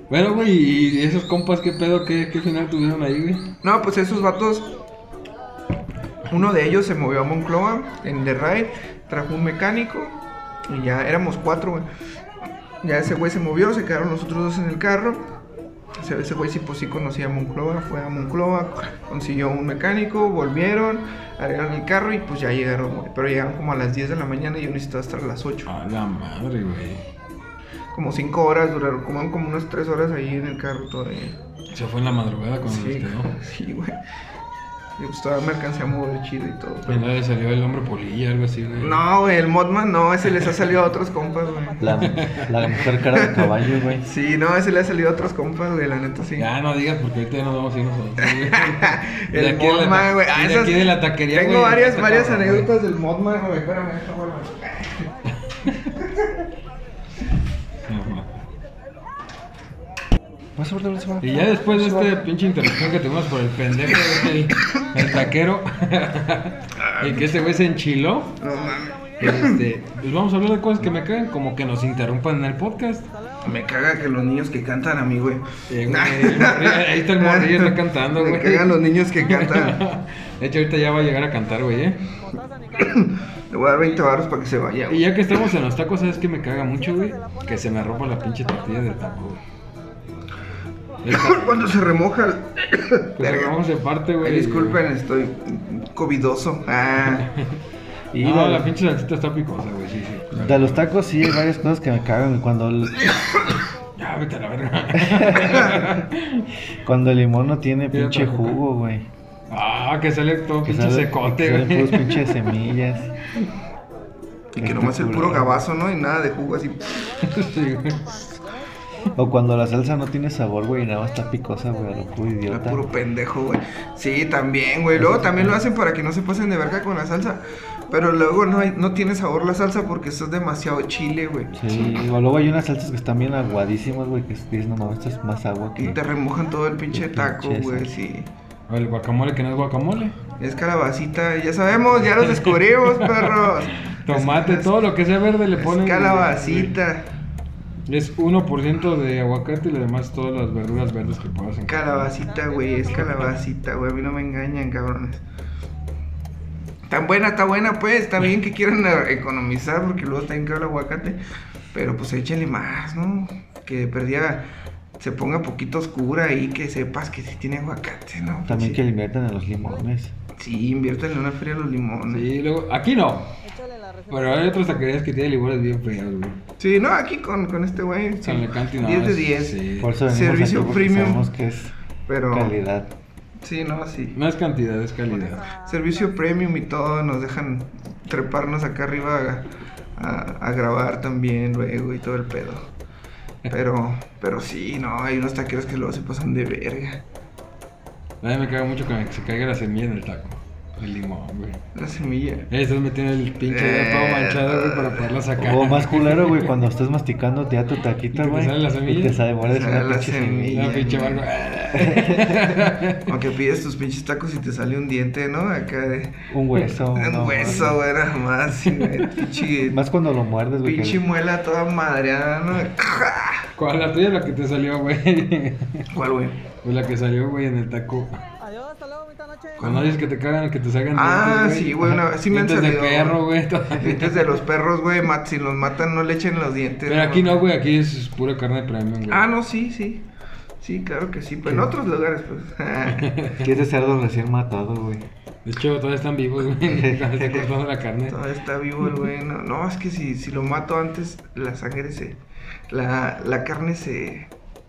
[SPEAKER 3] Bueno, güey, y esos compas, ¿qué pedo? ¿Qué, qué final tuvieron ahí, güey?
[SPEAKER 2] no, pues esos vatos. Uno de ellos se movió a Moncloa en The Ride, trajo un mecánico y ya éramos cuatro, güey. Ya ese güey se movió, se quedaron los otros dos en el carro. Ese, ese güey sí, pues sí conocía a Monclova, fue a Monclova, consiguió un mecánico, volvieron, arreglaron el carro y pues ya llegaron, güey. Pero llegaron como a las 10 de la mañana y yo necesitaba estar a las 8.
[SPEAKER 3] A la madre, güey.
[SPEAKER 2] como cinco horas, duraron como, como unas tres horas ahí en el carro todavía.
[SPEAKER 3] Se fue en la madrugada cuando
[SPEAKER 2] Sí,
[SPEAKER 3] los quedó.
[SPEAKER 2] sí, güey. Y pues todavía me alcancé a mover chido y todo.
[SPEAKER 3] Y
[SPEAKER 2] pero-
[SPEAKER 3] luego Pues le salió el hombre polilla, algo así, güey.
[SPEAKER 2] No, güey, el Modman no, ese les ha salido a otros compas, güey.
[SPEAKER 4] La, la mujer cara de caballo, güey.
[SPEAKER 2] Sí, no, ese le ha salido a otros compas, güey, la neta sí.
[SPEAKER 3] Ya no digas porque ahorita ya nos vamos a ir nosotros. güey. Y de
[SPEAKER 2] El
[SPEAKER 3] aquí de la ta-
[SPEAKER 2] Modman, güey. Ah,
[SPEAKER 3] y de
[SPEAKER 2] esas-
[SPEAKER 3] aquí de la taquería,
[SPEAKER 2] Tengo
[SPEAKER 3] güey,
[SPEAKER 2] varias,
[SPEAKER 3] está
[SPEAKER 2] varias
[SPEAKER 3] cabrón,
[SPEAKER 2] anécdotas del Modman, güey. Espérame, déjame, güey.
[SPEAKER 3] Ajá.
[SPEAKER 4] Vas a volver a la
[SPEAKER 3] Y ya después de este pinche interrupción que tuvimos por el pendejo del el taquero, y que este güey se enchiló,
[SPEAKER 2] No mames.
[SPEAKER 3] este, pues vamos a hablar de cosas que me caen, como que nos interrumpan en el podcast.
[SPEAKER 2] Me caga que los niños que cantan a mí, güey.
[SPEAKER 3] Eh, güey, el morrillo- ahí está el morrillo, está cantando,
[SPEAKER 2] Me
[SPEAKER 3] güey.
[SPEAKER 2] cagan los niños que cantan.
[SPEAKER 3] De hecho, ahorita ya va a llegar a cantar, güey, ¿eh?
[SPEAKER 2] Le voy a dar 20 barros para que se vaya,
[SPEAKER 3] Y
[SPEAKER 2] güey.
[SPEAKER 3] ya que estamos en los tacos, ¿sabes qué me caga mucho, güey? Que se me rompa la pinche tortilla de taco, güey. Esta-
[SPEAKER 2] Cuando se remoja. el-
[SPEAKER 3] Pues
[SPEAKER 2] Verga.
[SPEAKER 3] vamos de parte, güey.
[SPEAKER 2] Ay, disculpen, estoy covidoso. Ah.
[SPEAKER 4] Y
[SPEAKER 3] no,
[SPEAKER 4] la-
[SPEAKER 3] Ah, la pinche salsita está picosa, güey, sí, sí.
[SPEAKER 4] De los tacos sí hay varias cosas que me cagan. Cuando el,
[SPEAKER 3] Ya, vete a la verga.
[SPEAKER 4] cuando el limón no tiene
[SPEAKER 3] Tiene
[SPEAKER 4] pinche
[SPEAKER 3] otra coca.
[SPEAKER 4] jugo, güey.
[SPEAKER 3] Ah, que sale todo
[SPEAKER 4] Que
[SPEAKER 3] pinche
[SPEAKER 4] sale- que
[SPEAKER 3] secote,
[SPEAKER 4] salen
[SPEAKER 3] güey.
[SPEAKER 4] puras pinches semillas.
[SPEAKER 2] Y que nomás el puro gabazo, ¿no? Y nada de jugo así.
[SPEAKER 3] Sí, güey.
[SPEAKER 4] O cuando la salsa no tiene sabor, güey, y nada más está picosa, güey, a lo puro
[SPEAKER 2] era
[SPEAKER 4] idiota.
[SPEAKER 2] puro pendejo, güey. Sí, también, güey. Luego también lo hacen para que no se pasen de verga con la salsa. Pero luego no, hay- no tiene sabor la salsa porque eso es demasiado chile, güey.
[SPEAKER 4] Sí, o luego hay unas salsas que están bien aguadísimas, güey, que dices, no mames, esto es más agua
[SPEAKER 2] Y
[SPEAKER 4] que...
[SPEAKER 2] te remojan todo el pinche
[SPEAKER 4] Qué
[SPEAKER 2] taco,
[SPEAKER 4] pinche
[SPEAKER 2] güey.
[SPEAKER 4] salsa.
[SPEAKER 2] Sí.
[SPEAKER 3] O el guacamole que no es guacamole.
[SPEAKER 2] Es calabacita, ya sabemos, ya los descubrimos, perros.
[SPEAKER 3] Tomate,
[SPEAKER 2] Es-
[SPEAKER 3] todo lo que sea verde le ponen.
[SPEAKER 2] Es calabacita.
[SPEAKER 3] Es 1% de aguacate y lo demás todas las verduras verdes que puedas encontrar.
[SPEAKER 2] Calabacita, güey, es calabacita, güey. A mí no me engañan, cabrones. Tan buena, está buena, pues. Está bien que quieran eh, economizar porque luego está bien caro el aguacate. Pero pues échale más, ¿no? Que de perdida se ponga poquito oscura y que sepas que sí tiene aguacate, ¿no?
[SPEAKER 4] También
[SPEAKER 2] Sí.
[SPEAKER 4] que le inviertan en los limones.
[SPEAKER 2] Sí, inviértanle en una feria a los limones.
[SPEAKER 3] Sí, luego, aquí no. Pero hay otras taquerías que tienen limones bien feos, güey.
[SPEAKER 2] Sí, no, aquí con, con este güey. Sí.
[SPEAKER 3] San Lecanti, no,
[SPEAKER 2] 10 de
[SPEAKER 3] es-
[SPEAKER 2] 10.
[SPEAKER 3] sí.
[SPEAKER 4] Por eso venimos
[SPEAKER 2] Servicio
[SPEAKER 4] aquí, porque
[SPEAKER 2] premium.
[SPEAKER 4] Sabemos que es
[SPEAKER 2] Pero.
[SPEAKER 4] calidad.
[SPEAKER 2] Sí, no, sí.
[SPEAKER 3] No es cantidad, es calidad.
[SPEAKER 2] Servicio premium y todo, nos dejan treparnos acá arriba a, a- a grabar también luego y todo el pedo. Pero, pero sí, no, hay unos taqueros que luego se pasan de verga.
[SPEAKER 3] A mí me caga mucho que se caiga la semilla en el taco. El limón, güey.
[SPEAKER 2] La semilla.
[SPEAKER 3] Eh, estás metiendo el pinche
[SPEAKER 2] Eh,
[SPEAKER 3] dedo todo manchado, güey, para poderla sacar.
[SPEAKER 4] O más culero, güey, cuando estás masticando te da tu
[SPEAKER 3] ¿Y
[SPEAKER 4] taquito,
[SPEAKER 3] te
[SPEAKER 4] güey.
[SPEAKER 3] sale la semilla?
[SPEAKER 4] Y te sale, muerdes
[SPEAKER 2] Sale
[SPEAKER 4] una
[SPEAKER 2] la
[SPEAKER 4] pinche semilla.
[SPEAKER 3] No, pinche barco.
[SPEAKER 2] Aunque pides tus pinches tacos y te sale un diente, ¿no? Acá de.
[SPEAKER 4] Un hueso.
[SPEAKER 2] un
[SPEAKER 4] no,
[SPEAKER 2] hueso, güey, nada más. sí, güey, pinche,
[SPEAKER 4] güey. Más cuando lo muerdes, güey. que-
[SPEAKER 2] pinche muela toda madreada, ¿no?
[SPEAKER 3] ¿Cuál la tuya la que te salió, güey? Pues
[SPEAKER 2] ¿Cuál, güey?
[SPEAKER 3] la que salió, güey, en el taco.
[SPEAKER 1] Adiós, hasta luego, bonita noche.
[SPEAKER 3] Cuando dices que te cagan, que te salgan
[SPEAKER 2] Ah,
[SPEAKER 3] dientes,
[SPEAKER 2] sí, güey, una- sí me han
[SPEAKER 3] Dientes de
[SPEAKER 2] salido.
[SPEAKER 3] perro, güey. todo.
[SPEAKER 2] Dientes de los perros, güey, mat- si los matan no le echen los dientes.
[SPEAKER 3] Pero aquí no, güey, aquí es pura carne premium, güey.
[SPEAKER 2] Ah, no, sí, sí. Sí, claro que sí, pero en otros lugares, pues.
[SPEAKER 4] que es de cerdo recién matado, güey.
[SPEAKER 3] De hecho, todavía están vivos, güey. Cuando está cortando la carne.
[SPEAKER 2] Todavía está vivo el güey. No, no, es que si, si lo mato antes, la sangre se. La, la carne se.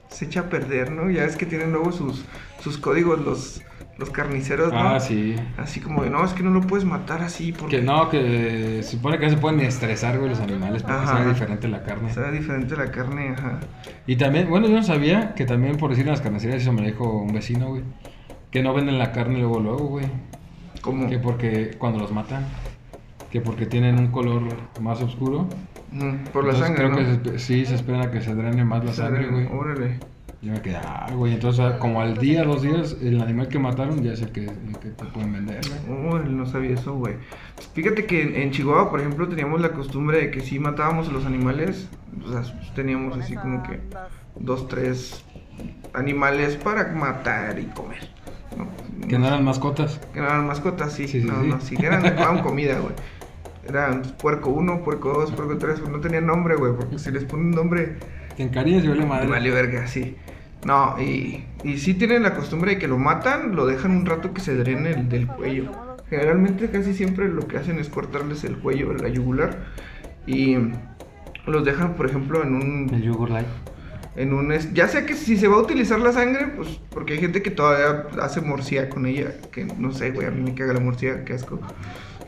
[SPEAKER 2] Se echa a perder, ¿no? Ya ves que tienen luego sus, sus códigos los, los carniceros, ¿no?
[SPEAKER 3] Ah, sí.
[SPEAKER 2] Así como de, no, es que no lo puedes matar así porque
[SPEAKER 3] Que no, que se supone que no se pueden estresar, güey, los animales porque
[SPEAKER 2] Ajá.
[SPEAKER 3] sabe diferente la carne.
[SPEAKER 2] sabe diferente la carne, ajá.
[SPEAKER 3] Y también, bueno, yo no sabía que también, por decir, en las carnicerías, eso me lo dijo un vecino, güey, que no venden la carne luego, luego, güey.
[SPEAKER 2] Como.
[SPEAKER 3] Que porque cuando los matan, que porque tienen un color más oscuro.
[SPEAKER 2] mm, por la
[SPEAKER 3] Entonces,
[SPEAKER 2] sangre,
[SPEAKER 3] Creo
[SPEAKER 2] ¿no?
[SPEAKER 3] que se espe- sí, se espera a que se drene más la sangre, güey.
[SPEAKER 2] Órale.
[SPEAKER 3] Yo me quedé, ah, güey, entonces ah, como al día, dos días, el animal que mataron ya es el que, el que te pueden vender, güey.
[SPEAKER 2] Uy, no sabía eso, güey. Fíjate que en, en Chihuahua, por ejemplo, teníamos la costumbre de que si matábamos a los animales, o sea, teníamos así como que dos, tres animales para matar y comer. ¿no?
[SPEAKER 3] Que no eran mascotas.
[SPEAKER 2] Que no eran mascotas, sí.
[SPEAKER 3] Sí, sí,
[SPEAKER 2] no,
[SPEAKER 3] sí.
[SPEAKER 2] no, sí. Eran, daban comida, güey. Eran puerco 1, puerco 2, puerco 3, no tenían nombre, güey, porque si les ponen un nombre,
[SPEAKER 3] Te encariñas y vale madre.
[SPEAKER 2] Vale verga, sí. No, y, y sí tienen la costumbre de que lo matan, lo dejan un rato que se drene el del cuello. Generalmente casi siempre lo que hacen es cortarles el cuello, la yugular, y los dejan, por ejemplo, en
[SPEAKER 4] El
[SPEAKER 2] un...
[SPEAKER 4] yogur light.
[SPEAKER 2] En un es- ya sea que si se va a utilizar la sangre, pues porque hay gente que todavía hace morcilla con ella, que no sé, güey, a mí me caga la morcilla, qué asco.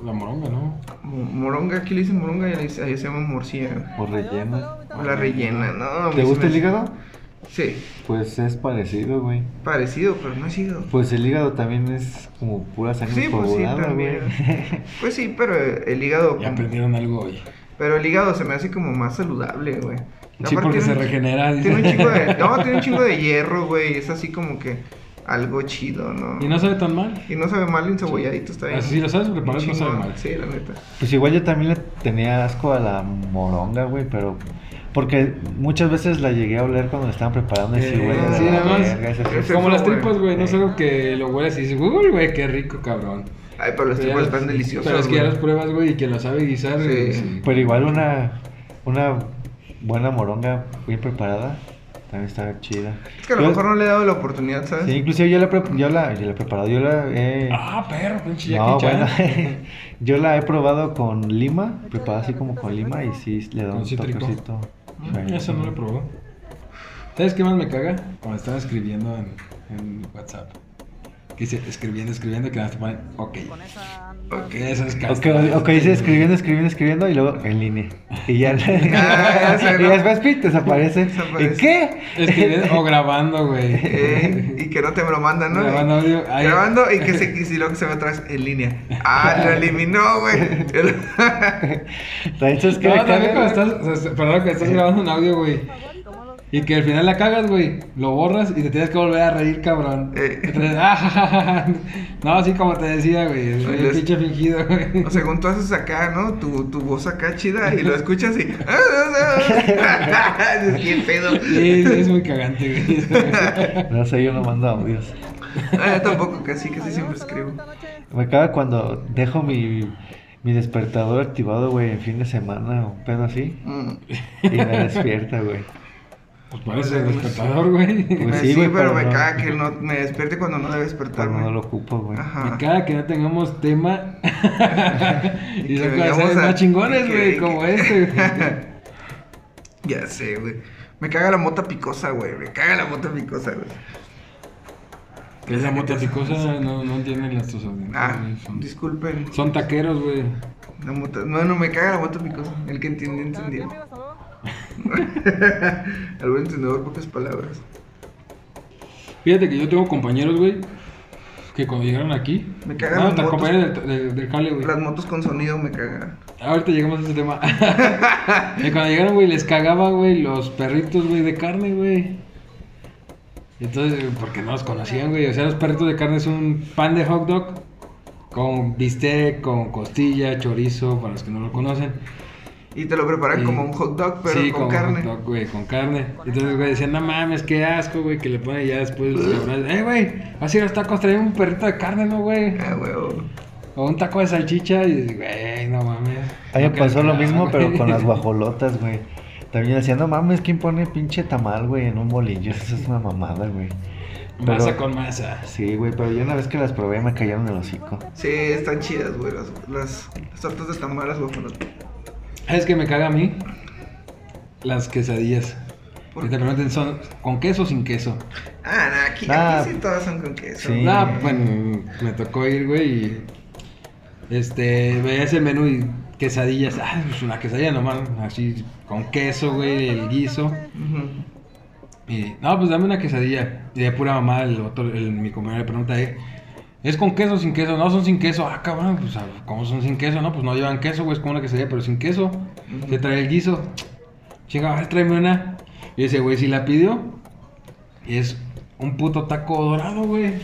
[SPEAKER 3] La moronga, ¿no?
[SPEAKER 2] Mo- Moronga, aquí le dicen moronga, y allá se llama morcilla.
[SPEAKER 4] O relleno.
[SPEAKER 2] O la rellena, ¿no? a mí
[SPEAKER 4] ¿Te
[SPEAKER 2] se
[SPEAKER 4] gusta
[SPEAKER 2] me
[SPEAKER 4] el
[SPEAKER 2] hace-
[SPEAKER 4] hígado?
[SPEAKER 2] Sí,
[SPEAKER 4] Pues es parecido, güey.
[SPEAKER 2] parecido, pero no es hígado.
[SPEAKER 4] Pues el hígado también es como pura sangre
[SPEAKER 2] Sí, pues sí,
[SPEAKER 4] coagulada, güey.
[SPEAKER 2] también. Pues sí, pero el hígado.
[SPEAKER 3] Ya aprendieron algo hoy.
[SPEAKER 2] Pero el hígado se me hace como más saludable, güey. Aparte
[SPEAKER 3] Sí, porque
[SPEAKER 2] tiene
[SPEAKER 3] se
[SPEAKER 2] un-
[SPEAKER 3] regenera. dice.
[SPEAKER 2] Tiene un chingo de. No, tiene un chingo de hierro, güey. Es así como que algo chido, ¿no?
[SPEAKER 3] Y no sabe tan mal.
[SPEAKER 2] Y no sabe mal encebolladito, está bien.
[SPEAKER 3] Así si lo sabes preparar,
[SPEAKER 2] Un
[SPEAKER 3] no sabe
[SPEAKER 2] chingo,
[SPEAKER 3] mal.
[SPEAKER 2] Sí, la neta.
[SPEAKER 4] Pues igual yo también le tenía asco a la moronga, güey, pero... Porque muchas veces la llegué a oler cuando la estaban preparando y sí,
[SPEAKER 3] Eh,
[SPEAKER 4] güey.
[SPEAKER 2] sí,
[SPEAKER 4] a la
[SPEAKER 2] nada más.
[SPEAKER 4] verga, ese sí.
[SPEAKER 2] Ese-
[SPEAKER 3] Como las tripas, güey. No
[SPEAKER 4] Eh.
[SPEAKER 3] es algo que lo hueles y dices, uy, güey, qué rico, cabrón.
[SPEAKER 2] Ay, pero los
[SPEAKER 3] Pero ya
[SPEAKER 2] tipos
[SPEAKER 3] las-
[SPEAKER 2] están deliciosos.
[SPEAKER 3] Pero es que ya
[SPEAKER 2] güey.
[SPEAKER 3] las pruebas, güey, y quien lo sabe guisar.
[SPEAKER 2] Sí.
[SPEAKER 3] eh, sí.
[SPEAKER 4] Pero igual una, una buena moronga bien preparada también está chida.
[SPEAKER 2] Es que a lo
[SPEAKER 4] Yo-
[SPEAKER 2] mejor no le he dado la oportunidad, ¿sabes?
[SPEAKER 4] Sí, inclusive yo la, he pre- yo la, yo la he preparado, yo la he...
[SPEAKER 3] Ah, perro, pinche Jackie
[SPEAKER 4] no,
[SPEAKER 3] Chan.
[SPEAKER 4] bueno,
[SPEAKER 3] ¿eh?
[SPEAKER 4] yo la he probado con lima, preparada así como con lima y sí le da
[SPEAKER 3] Con
[SPEAKER 4] un
[SPEAKER 3] cítrico.
[SPEAKER 4] toquecito.
[SPEAKER 3] Mm, Eso no lo probó. ¿Sabes qué más me caga? Cuando están escribiendo en, en WhatsApp. Que dice, escribiendo, escribiendo, que nada más te ponen, ok. Ok, eso es
[SPEAKER 4] Ok,
[SPEAKER 3] casta.
[SPEAKER 4] ok, dice escribiendo, escribiendo, escribiendo y luego en línea. Y ya,
[SPEAKER 2] Ah, ya sé,
[SPEAKER 4] y
[SPEAKER 2] ¿no?
[SPEAKER 4] después pit, desaparece.
[SPEAKER 2] Desaparece.
[SPEAKER 4] ¿Y qué?
[SPEAKER 3] Escribiendo o grabando, güey.
[SPEAKER 2] Eh, y que no te me lo mandan, ¿no?
[SPEAKER 3] Grabando audio. ay,
[SPEAKER 2] Grabando y que se y si luego se ve atrás en línea. Ah, lo eliminó, güey.
[SPEAKER 4] La hecho es que
[SPEAKER 3] No,
[SPEAKER 4] me
[SPEAKER 3] también
[SPEAKER 4] caga-
[SPEAKER 3] cuando estás, o sea, perdón, que estás grabando un audio, güey. Y que al final la cagas, güey. Lo borras y te tienes que volver a reír, cabrón.
[SPEAKER 2] Eh.
[SPEAKER 3] Entonces, ah, ja, ja, ja, ja. No, así como te decía, güey. Es
[SPEAKER 2] Ay, les-
[SPEAKER 3] pinche fingido, güey.
[SPEAKER 2] Pues O según tú haces acá, ¿no? Tu, tu voz acá chida y lo escuchas y. ah, ¡Qué pedo!
[SPEAKER 3] Sí, sí, es muy cagante, güey.
[SPEAKER 4] No sé, yo no mando audios.
[SPEAKER 2] Ah, yo tampoco, casi, casi siempre escribo.
[SPEAKER 4] Me caga cuando dejo mi, mi despertador activado, güey, en fin de semana o un pedo así.
[SPEAKER 2] Mm.
[SPEAKER 4] Y me despierta, güey.
[SPEAKER 3] Pues parece despertador, güey.
[SPEAKER 2] Pues
[SPEAKER 4] Pues
[SPEAKER 2] sí,
[SPEAKER 4] sí, güey,
[SPEAKER 2] pero
[SPEAKER 4] pero
[SPEAKER 2] me
[SPEAKER 4] no.
[SPEAKER 2] caga que no me despierte cuando no debe despertar,
[SPEAKER 4] Pero no
[SPEAKER 2] güey.
[SPEAKER 4] lo ocupo, güey.
[SPEAKER 2] Ajá.
[SPEAKER 3] Y cada que no tengamos tema. y
[SPEAKER 2] que
[SPEAKER 3] son
[SPEAKER 2] vengamos
[SPEAKER 3] cosas
[SPEAKER 2] a-
[SPEAKER 3] más chingones,
[SPEAKER 2] que-
[SPEAKER 3] güey,
[SPEAKER 2] que-
[SPEAKER 3] como este. güey.
[SPEAKER 2] Ya sé, güey. Me caga la mota picosa, güey. Me caga la mota picosa, güey.
[SPEAKER 3] Que es la motapicosa, no, no entienden nuestros audiencias.
[SPEAKER 2] Ah,
[SPEAKER 3] son,
[SPEAKER 2] disculpen.
[SPEAKER 3] son taqueros, güey.
[SPEAKER 2] La mota... No, no, me caga la mota picosa. El que entendió, entendió. Algo entendedor, pocas palabras.
[SPEAKER 3] Fíjate que yo tengo compañeros, güey, que cuando llegaron aquí.
[SPEAKER 2] Me cagan
[SPEAKER 3] No,
[SPEAKER 2] las
[SPEAKER 3] te
[SPEAKER 2] motos.
[SPEAKER 3] compañeros del, del, del jale, güey.
[SPEAKER 2] Las motos con sonido me cagan.
[SPEAKER 3] Ahorita llegamos a ese tema. y cuando llegaron, güey, les cagaba, güey, los perritos, güey, de carne, güey. Y Entonces, güey, porque no los conocían, güey. O sea, los perritos de carne es un pan de hot dog con bistec, con costilla, chorizo, para los que no lo conocen.
[SPEAKER 2] Y te lo preparan
[SPEAKER 3] Sí.
[SPEAKER 2] como un hot dog, pero
[SPEAKER 3] sí,
[SPEAKER 2] con
[SPEAKER 3] con
[SPEAKER 2] carne.
[SPEAKER 3] hot dog, güey, con carne. Entonces, güey, decían, no mames, qué asco, güey, que le pone ya después. eh, güey, así los tacos traen un perrito de carne, ¿no, güey?
[SPEAKER 2] Ah, huevo.
[SPEAKER 3] O un taco de salchicha y, güey, no mames.
[SPEAKER 4] A mí me
[SPEAKER 3] No
[SPEAKER 4] pasó lo
[SPEAKER 3] creo que
[SPEAKER 4] mismo,
[SPEAKER 3] nada,
[SPEAKER 4] pero
[SPEAKER 3] güey.
[SPEAKER 4] con las guajolotas, güey. También decía, no mames, ¿quién pone pinche tamal, güey, en un bolillo? Eso es una mamada, güey. Pero-
[SPEAKER 3] Masa con masa.
[SPEAKER 4] Sí, güey, pero yo una vez que las probé me cayeron el hocico.
[SPEAKER 2] Sí, están chidas, güey. Las, las, las tortas de tamales, güey. pero-
[SPEAKER 3] ¿Sabes que me caga a mí? Las quesadillas.
[SPEAKER 2] ¿Por
[SPEAKER 3] Que te
[SPEAKER 2] qué?
[SPEAKER 3] pregunten, ¿son con queso o sin queso?
[SPEAKER 2] Ah, nah, aquí,
[SPEAKER 4] Ah,
[SPEAKER 2] aquí sí todas son con queso.
[SPEAKER 4] Sí.
[SPEAKER 3] Nah, bueno, me tocó ir, güey, y... Este, veías el menú y quesadillas. Ah, pues una quesadilla nomás, así, con queso, güey, el guiso.
[SPEAKER 2] Ujú.
[SPEAKER 3] Y, no, pues dame una quesadilla. Y de pura mamá, el otro, el- mi compañero le pregunta, eh, ¿es con queso o sin queso? No, son sin queso. Ah, cabrón, pues, ah, ¿cómo son sin queso? No, pues no llevan queso, güey, es como una quesadilla, pero sin queso. Se trae el guiso. Chinga, ah, tráeme una. Y ese güey sí la pidió. Y es un puto taco dorado, güey.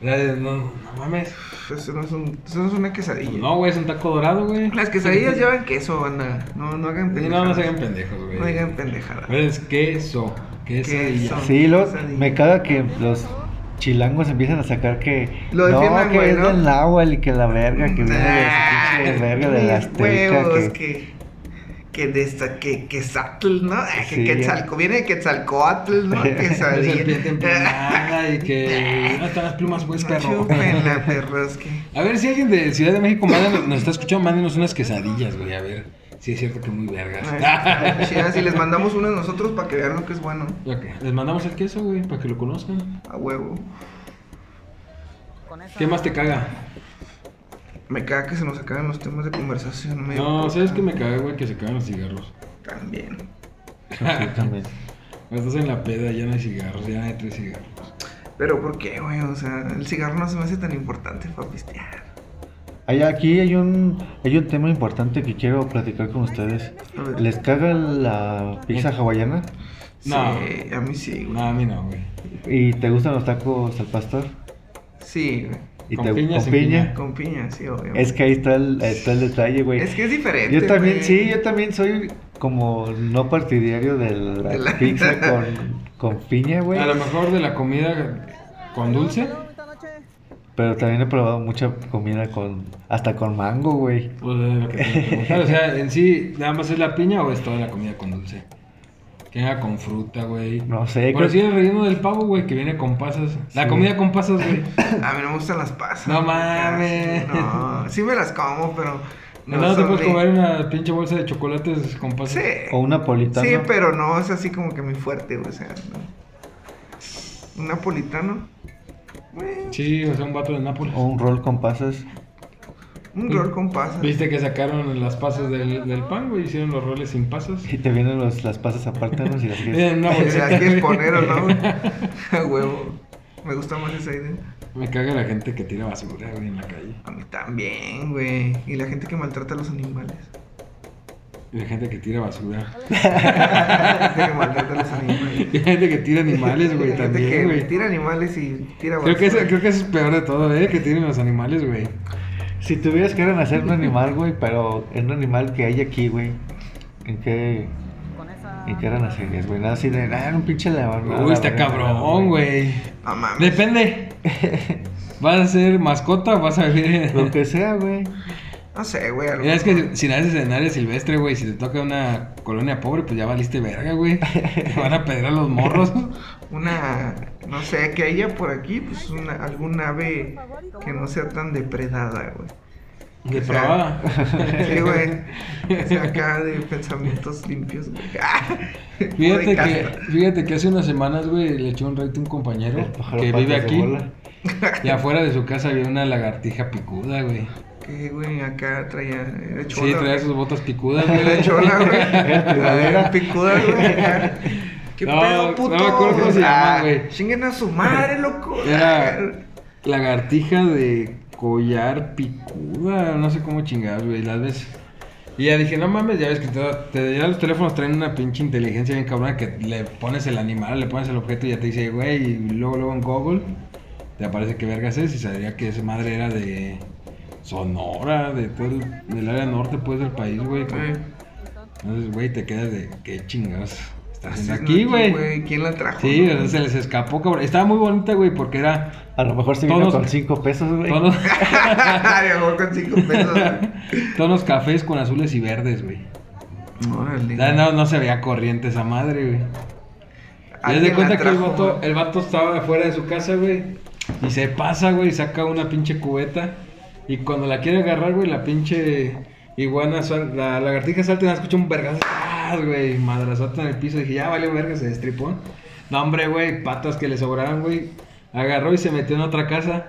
[SPEAKER 3] Era de, No, no mames.
[SPEAKER 2] Pues,
[SPEAKER 3] Pues
[SPEAKER 2] Eso no es, un, eso no es una quesadilla.
[SPEAKER 3] No, güey, es un taco dorado, güey.
[SPEAKER 2] Las quesadillas llevan queso, banda. No, no hagan
[SPEAKER 3] Sí,
[SPEAKER 2] pendejadas.
[SPEAKER 3] No, no se hagan pendejos, güey.
[SPEAKER 2] No hagan pendejadas.
[SPEAKER 3] Pero es queso. Quesadilla.
[SPEAKER 2] Queso.
[SPEAKER 4] Sí, lo,
[SPEAKER 2] Quesadilla.
[SPEAKER 4] me caga que los chilangos empiezan a sacar que
[SPEAKER 2] Lo
[SPEAKER 4] no,
[SPEAKER 2] defiendan,
[SPEAKER 4] que
[SPEAKER 2] güey,
[SPEAKER 4] es
[SPEAKER 2] ¿no?
[SPEAKER 4] del náhuatl y que la verga, que viene de
[SPEAKER 2] Ah,
[SPEAKER 4] esa pinche verga de la
[SPEAKER 2] mis huevos,
[SPEAKER 4] azteca, que,
[SPEAKER 2] que... Que de esta, que Quetzatl, ¿no? Ah, Que
[SPEAKER 4] Sí, ya.
[SPEAKER 2] Quetzalco, viene de Quetzalcoatl, ¿no?
[SPEAKER 3] Es
[SPEAKER 2] Quesadilla. Ah,
[SPEAKER 3] serpiente emplumada y que. No están las plumas, güey, es
[SPEAKER 2] No
[SPEAKER 3] perro.
[SPEAKER 2] chúpenla, perros, que...
[SPEAKER 3] A ver si alguien de Ciudad de México mándenos- nos está escuchando, mándenos unas quesadillas, güey. A ver si es cierto que muy vergas.
[SPEAKER 2] Ay, chidas, y les mandamos uno a nosotros para que vean lo que es bueno.
[SPEAKER 3] Ok, Les mandamos el queso, güey, para que lo conozcan.
[SPEAKER 2] A huevo.
[SPEAKER 3] ¿Qué más te caga?
[SPEAKER 2] Me caga que se nos acaben los temas de conversación. me
[SPEAKER 3] No,
[SPEAKER 2] importa.
[SPEAKER 3] ¿sabes qué me caga, güey? Que se cagan los cigarros.
[SPEAKER 2] También.
[SPEAKER 4] sí, también.
[SPEAKER 3] Estás en la peda, ya no hay cigarros, ya no hay tres cigarros.
[SPEAKER 2] Pero ¿por qué, güey? O sea, el cigarro no se me hace tan importante para pistear.
[SPEAKER 4] Hay, aquí hay un, hay un tema importante que quiero platicar con ustedes.
[SPEAKER 2] A ver.
[SPEAKER 4] ¿Les caga la pizza
[SPEAKER 3] ¿Eh?
[SPEAKER 4] hawaiana?
[SPEAKER 3] No.
[SPEAKER 2] Sí, a mí sí, güey.
[SPEAKER 3] No, a mí no, güey.
[SPEAKER 4] ¿Y te gustan los tacos al pastor?
[SPEAKER 2] Sí, güey.
[SPEAKER 4] ¿Y
[SPEAKER 3] Con
[SPEAKER 4] te,
[SPEAKER 3] piña,
[SPEAKER 4] con
[SPEAKER 3] sin
[SPEAKER 4] piña?
[SPEAKER 2] Con piña, sí, obvio.
[SPEAKER 4] Es que ahí está el, está el detalle, güey.
[SPEAKER 2] es diferente.
[SPEAKER 4] Yo también,
[SPEAKER 2] güey.
[SPEAKER 4] sí, yo también soy como no partidario de la,
[SPEAKER 2] De la-
[SPEAKER 4] pizza con, con piña, güey.
[SPEAKER 3] A lo mejor de la comida con dulce.
[SPEAKER 4] Pero también he probado mucha comida con, hasta con mango, güey.
[SPEAKER 3] Pues es lo que te iba a preguntar. O sea, en sí, ¿nada más es la piña o es toda la comida con dulce? Que venga con fruta, güey.
[SPEAKER 4] No sé,
[SPEAKER 3] Pero
[SPEAKER 4] creo-
[SPEAKER 3] sí el relleno del pavo, güey, que viene con pasas. La comida con pasas, güey.
[SPEAKER 2] A mí no me gustan las pasas.
[SPEAKER 3] No
[SPEAKER 2] güey,
[SPEAKER 3] mames.
[SPEAKER 2] casi, No, sí me las como, pero.
[SPEAKER 3] No, no te
[SPEAKER 2] son
[SPEAKER 3] puedes
[SPEAKER 2] mi-
[SPEAKER 3] comer una pinche bolsa de chocolates con pasas.
[SPEAKER 2] Sí.
[SPEAKER 4] O un napolitano.
[SPEAKER 2] Sí, pero no es así como que muy fuerte, güey, o sea, no. Un napolitano. Eh, Bueno,
[SPEAKER 3] Sí, o sea, un vato de Nápoles.
[SPEAKER 2] Oh.
[SPEAKER 4] O un rol con pasas.
[SPEAKER 2] un rol con pasas.
[SPEAKER 3] Viste que sacaron las pasas del, del pan, güey, hicieron los roles sin pasas.
[SPEAKER 4] Y te vienen los, las pasas aparte, ¿no? Si las quieres.
[SPEAKER 3] En una
[SPEAKER 2] Si
[SPEAKER 3] bolsita,
[SPEAKER 2] las quieres
[SPEAKER 3] güey.
[SPEAKER 2] poner o no, güey. A huevo. Me gusta más esa idea.
[SPEAKER 3] Me caga la gente que tira basura, güey, en la calle.
[SPEAKER 2] A mí también, güey. Y la gente que maltrata a los animales.
[SPEAKER 3] Y la gente que tira basura.
[SPEAKER 2] La gente que maltrata a los animales.
[SPEAKER 3] Y la gente que tira animales, güey,
[SPEAKER 2] La gente que
[SPEAKER 3] también, güey.
[SPEAKER 2] tira animales y tira
[SPEAKER 3] Creo que, eso,
[SPEAKER 2] basura.
[SPEAKER 3] creo que eso es peor de todo, ¿eh? Que tienen los animales, güey.
[SPEAKER 4] Si tuvieras que renacer un animal, güey, pero en un animal que hay aquí, güey. ¿En qué, en qué renacerías, güey? Nada así de, ah, era un pinche león. no,
[SPEAKER 3] Uy,
[SPEAKER 4] la
[SPEAKER 3] está
[SPEAKER 4] verga,
[SPEAKER 3] cabrón,
[SPEAKER 4] no,
[SPEAKER 3] güey.
[SPEAKER 2] No mames.
[SPEAKER 3] Depende. ¿Vas a ser mascota o vas a vivir en-
[SPEAKER 4] Lo que sea, güey.
[SPEAKER 2] No sé, güey. a lo
[SPEAKER 3] Mira, es
[SPEAKER 2] mejor-
[SPEAKER 3] que si naces en área silvestre, güey, si te toca una colonia pobre, pues ya valiste verga, güey. Te van a pedir a los morros.
[SPEAKER 2] una, no sé, que haya por aquí, pues una, algún ave que no sea tan depredada, güey.
[SPEAKER 3] De
[SPEAKER 2] O sea,
[SPEAKER 3] prueba.
[SPEAKER 2] Sí, güey. O sea, acá de pensamientos limpios, güey. O de
[SPEAKER 3] Fíjate
[SPEAKER 2] casta.
[SPEAKER 3] que, fíjate que hace unas semanas, güey, le echó un reto a un compañero
[SPEAKER 4] El pájaro
[SPEAKER 3] que
[SPEAKER 4] patas
[SPEAKER 3] vive
[SPEAKER 4] de
[SPEAKER 3] aquí.
[SPEAKER 4] bola.
[SPEAKER 3] Y afuera de su casa había una lagartija picuda, güey.
[SPEAKER 2] Que, güey, acá traía. Era chola.
[SPEAKER 3] Sí, traía
[SPEAKER 2] güey.
[SPEAKER 3] sus botas picudas,
[SPEAKER 2] Era
[SPEAKER 3] güey.
[SPEAKER 2] chola, güey. Era
[SPEAKER 4] primavera.
[SPEAKER 2] picuda, güey. acá. ¿Qué
[SPEAKER 3] No,
[SPEAKER 2] pedo, puto?
[SPEAKER 3] no me acuerdo cómo se llama,
[SPEAKER 2] Ah,
[SPEAKER 3] güey.
[SPEAKER 2] Chinguen a su madre, loco.
[SPEAKER 3] Era lagartija de collar picuda, no sé cómo chingados, güey, las ves. Y ya dije, no mames, ya ves que todo- te- ya los teléfonos traen una pinche inteligencia bien cabrona que le pones el animal, le pones el objeto y ya te dice, güey, y luego, luego en Google te aparece que vergas es y sabría que esa madre era de Sonora, de todo el del área norte, pues, del país, güey.
[SPEAKER 2] Eh,
[SPEAKER 3] Entonces, güey, te quedas de, qué chingados estás haciendo
[SPEAKER 2] haciendo
[SPEAKER 3] aquí, güey.
[SPEAKER 2] ¿Quién la trajo?
[SPEAKER 3] Sí,
[SPEAKER 2] no?
[SPEAKER 3] se les escapó, cabrón. Estaba muy bonita, güey, porque era...
[SPEAKER 4] A lo mejor se vino
[SPEAKER 3] Todos-
[SPEAKER 4] con 5 pesos, güey.
[SPEAKER 3] Tonos,
[SPEAKER 2] Viajó con cinco pesos.
[SPEAKER 3] tonos cafés con azules y verdes, güey.
[SPEAKER 2] Órale.
[SPEAKER 3] Ya No, no se veía corriente esa madre, güey. Ya de cuenta que el vato, el vato estaba afuera de su casa, güey. Y se pasa, güey, y saca una pinche cubeta. Y cuando la quiere agarrar, güey, la pinche iguana, sal- la lagartija salta y la escucha un vergazo. ¡zas!, güey, madrazota en el piso. Dije, ya vale, verga, se destripó. No, hombre, güey, patas que le sobraron, güey. Agarró y se metió en otra casa.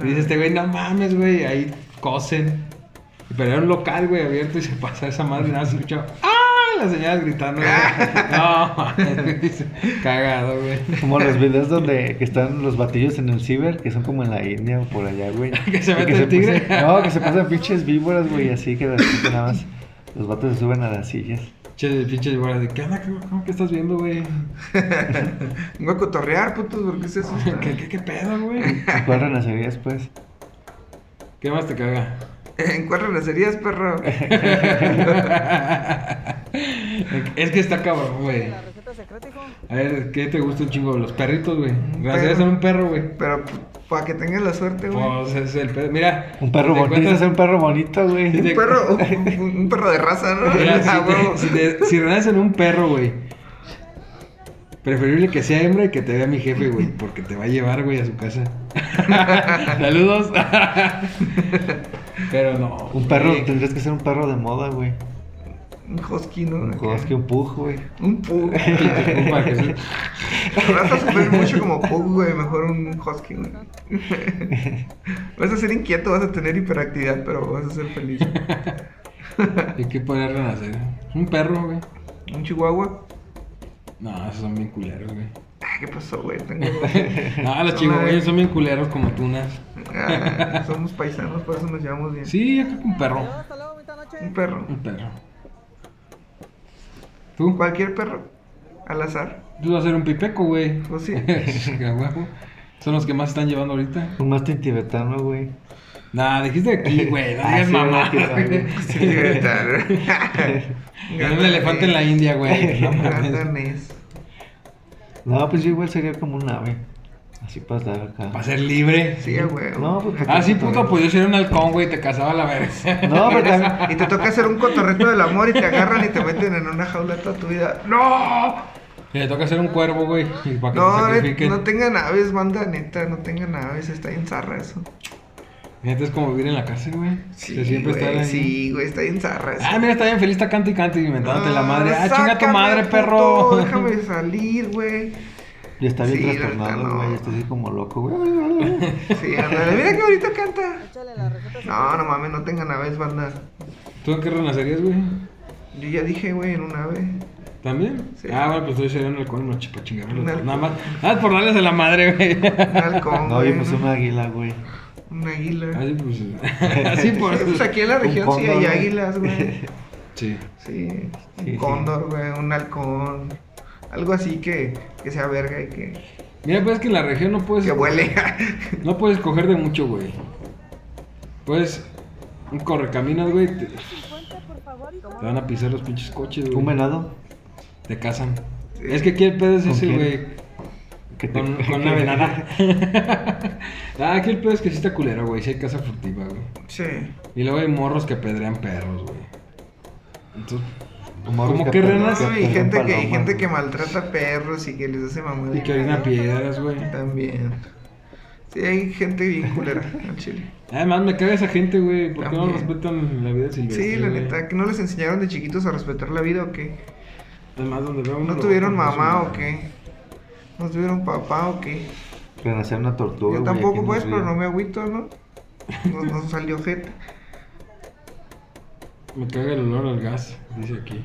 [SPEAKER 3] Y dice este güey, no mames, güey, ahí cosen. Pero era un local, güey, abierto y se pasa esa madre y nada, se escuchaba ¡Ah! Las señoras gritando, güey. No, mames, dice, cagado, güey.
[SPEAKER 4] Como los videos donde que están los batillos en el ciber, que son como en la India o por allá, güey.
[SPEAKER 3] Que se
[SPEAKER 4] Y
[SPEAKER 3] mete el tigre.
[SPEAKER 4] puse- no, que se pasan pinches víboras, güey, así que de repente nada más los vatos se suben a las sillas.
[SPEAKER 3] Che, pinche güey, de qué onda, ¿Cómo- cómo que estás viendo, güey?
[SPEAKER 2] Vengo a cotorrear, putos, ¿por qué se asustan?
[SPEAKER 3] ¿Qué, qué, qué pedo, güey?
[SPEAKER 4] ¿Y cuál pues? renacería después?
[SPEAKER 3] ¿Qué más te caga?
[SPEAKER 2] ¿En cuál renacerías, perro?
[SPEAKER 3] es que está cabrón, güey. A ver, ¿qué te gusta un chingo? Los perritos, güey. Gracias a
[SPEAKER 2] perro.
[SPEAKER 3] un perro, güey.
[SPEAKER 2] Pero para que tengas la suerte, güey.
[SPEAKER 3] Pues es el perro. Mira.
[SPEAKER 4] Un perro
[SPEAKER 3] ¿te
[SPEAKER 4] bonito,
[SPEAKER 3] cuentas-
[SPEAKER 4] es un perro bonito,
[SPEAKER 3] Sí,
[SPEAKER 4] güey.
[SPEAKER 3] te-
[SPEAKER 2] Un perro, un, un- un perro de raza, ¿no?
[SPEAKER 3] Mira,
[SPEAKER 2] Ah, huevo.
[SPEAKER 3] si, te- si, te- si renaces en un perro, güey. Preferible que sea hembra y que te vea mi jefe, güey. Porque te va a llevar, güey, a su casa. Saludos. Pero no.
[SPEAKER 4] Un perro,
[SPEAKER 3] güey.
[SPEAKER 4] tendrías que ser un perro de moda, güey.
[SPEAKER 2] Un husky, ¿no?
[SPEAKER 4] Un
[SPEAKER 2] Acá.
[SPEAKER 4] husky, un pug, güey.
[SPEAKER 2] Un pug.
[SPEAKER 3] Un para que se-
[SPEAKER 2] Vas a sufrir mucho como pug, güey. Mejor un husky, güey. Vas a ser inquieto, vas a tener hiperactividad, pero vas a ser feliz.
[SPEAKER 3] ¿Y qué podría renacer? Un perro, güey.
[SPEAKER 2] Un chihuahua.
[SPEAKER 3] No, esos son bien culeros, güey.
[SPEAKER 2] Ah, ¿Qué pasó, güey? Tengo...
[SPEAKER 3] No, los chihuahuas son bien culeros como tunas.
[SPEAKER 2] Ah, somos paisanos, por eso nos llevamos bien.
[SPEAKER 3] Sí, yo creo que un perro.
[SPEAKER 2] Un perro.
[SPEAKER 3] Un perro. ¿Tú?
[SPEAKER 2] Cualquier perro. Al azar.
[SPEAKER 3] Tú vas a ser un pipeco, güey.
[SPEAKER 2] Pues sí.
[SPEAKER 3] A huevo. Son los que más están llevando ahorita.
[SPEAKER 4] Un mastín tibetano, güey.
[SPEAKER 3] Nah, dijiste aquí, güey. No
[SPEAKER 4] Ah,
[SPEAKER 3] digas
[SPEAKER 4] sí,
[SPEAKER 3] mamá.
[SPEAKER 4] aquí está, güey.
[SPEAKER 2] Sí, tal.
[SPEAKER 3] Era un elefante en la India, güey. No mames.
[SPEAKER 2] Gatanés.
[SPEAKER 4] No, pues yo igual sería como un ave. Así pasar acá.
[SPEAKER 3] Para ser libre.
[SPEAKER 2] Sí, a huevo.
[SPEAKER 4] No, pues,
[SPEAKER 3] Ah, sí, puto, pues yo sería un halcón, güey. Te casaba la verga.
[SPEAKER 4] No,
[SPEAKER 3] pues,
[SPEAKER 4] pero también,
[SPEAKER 2] Y te toca hacer un cotorreto del amor y te agarran y te meten en una jaula toda tu vida. ¡No!
[SPEAKER 3] Y le toca ser un cuervo, güey. y Para que
[SPEAKER 2] No,
[SPEAKER 3] te
[SPEAKER 2] net-
[SPEAKER 3] sacrifiquen.
[SPEAKER 2] no tengan aves, banda neta, no tengan aves, está bien zarra eso.
[SPEAKER 3] Neta, es como vivir en la cárcel, güey.
[SPEAKER 2] Sí,
[SPEAKER 3] Que siempre
[SPEAKER 2] güey,
[SPEAKER 3] estar ahí.
[SPEAKER 2] sí, güey, está bien zarra eso.
[SPEAKER 3] Ah, mira, está bien feliz, está canta y canta y inventándote la madre. Ah, chinga tu
[SPEAKER 2] sácame,
[SPEAKER 3] madre,
[SPEAKER 2] puto,
[SPEAKER 3] perro.
[SPEAKER 2] Déjame salir, güey.
[SPEAKER 4] ya está bien
[SPEAKER 2] Sí, la neta,
[SPEAKER 4] trastornado,
[SPEAKER 2] no.
[SPEAKER 4] güey. ya Está así como loco, güey.
[SPEAKER 2] Sí, ándale, mira que ahorita canta. No, no mames, no tengan aves, banda.
[SPEAKER 3] ¿Tú en qué renacerías, güey?
[SPEAKER 2] Yo ya dije, güey, en un ave.
[SPEAKER 3] ¿También?
[SPEAKER 2] Sí.
[SPEAKER 3] Ah, bueno, pues yo sería un halcón, no para chingarme.
[SPEAKER 2] Un
[SPEAKER 3] Nada
[SPEAKER 2] halcón.
[SPEAKER 3] más. Nada más por darles a la madre, güey.
[SPEAKER 2] Un halcón,
[SPEAKER 4] No,
[SPEAKER 2] güey.
[SPEAKER 4] yo pues puse un águila, güey.
[SPEAKER 2] Un águila.
[SPEAKER 3] Así pues. Así por.
[SPEAKER 2] Sí, pues aquí en la
[SPEAKER 4] Un
[SPEAKER 2] región sí hay
[SPEAKER 4] cóndor, ¿no?
[SPEAKER 2] águilas, güey.
[SPEAKER 3] Sí.
[SPEAKER 2] Sí,
[SPEAKER 4] Sí,
[SPEAKER 2] un
[SPEAKER 4] sí.
[SPEAKER 2] cóndor, güey, un halcón. Algo así que, que sea verga y que,
[SPEAKER 3] Mira, pues es que en la región no puedes.
[SPEAKER 2] que huele.
[SPEAKER 3] No puedes coger de mucho, güey. Puedes. Un correcaminos, güey. Te, te van a pisar los pinches coches,
[SPEAKER 4] Un
[SPEAKER 3] güey.
[SPEAKER 4] venado.
[SPEAKER 3] Te cazan. Es que aquí el pedo es
[SPEAKER 4] ¿Con
[SPEAKER 3] ese,
[SPEAKER 4] quién?
[SPEAKER 3] güey.
[SPEAKER 4] que te-
[SPEAKER 3] Con, con una venada. ah, aquí el pedo es que sí está culero, güey. Sí hay casa furtiva, güey.
[SPEAKER 2] Sí.
[SPEAKER 3] Y luego hay morros que pedrean perros, güey. Entonces,
[SPEAKER 4] morros
[SPEAKER 3] como que
[SPEAKER 4] pe-
[SPEAKER 3] renas
[SPEAKER 2] No, y
[SPEAKER 4] pe-
[SPEAKER 2] gente que,
[SPEAKER 4] palomas,
[SPEAKER 2] y gente que
[SPEAKER 4] güey.
[SPEAKER 2] maltrata perros y que les hace mamada.
[SPEAKER 3] y que orina piedras, güey.
[SPEAKER 2] También. Sí, hay gente bien culera al chile.
[SPEAKER 3] Además, me caga esa gente, güey. ¿Por qué no
[SPEAKER 2] También.
[SPEAKER 3] respetan la vida silvestre?
[SPEAKER 2] Sí, la
[SPEAKER 3] güey?
[SPEAKER 2] neta, que no les enseñaron de chiquitos a respetar la vida o qué.
[SPEAKER 3] Además, donde veo un
[SPEAKER 2] No
[SPEAKER 3] lobo,
[SPEAKER 2] tuvieron
[SPEAKER 3] pues,
[SPEAKER 2] mamá
[SPEAKER 3] una-
[SPEAKER 2] o qué. No tuvieron papá o qué.
[SPEAKER 4] Que nacer una tortuga.
[SPEAKER 2] Yo
[SPEAKER 4] güey, aquí
[SPEAKER 2] tampoco
[SPEAKER 4] en
[SPEAKER 2] pues,
[SPEAKER 4] el
[SPEAKER 2] pero
[SPEAKER 4] río.
[SPEAKER 2] no me agüito, ¿no? No, no salió gente.
[SPEAKER 3] Me caga el olor al gas, dice aquí.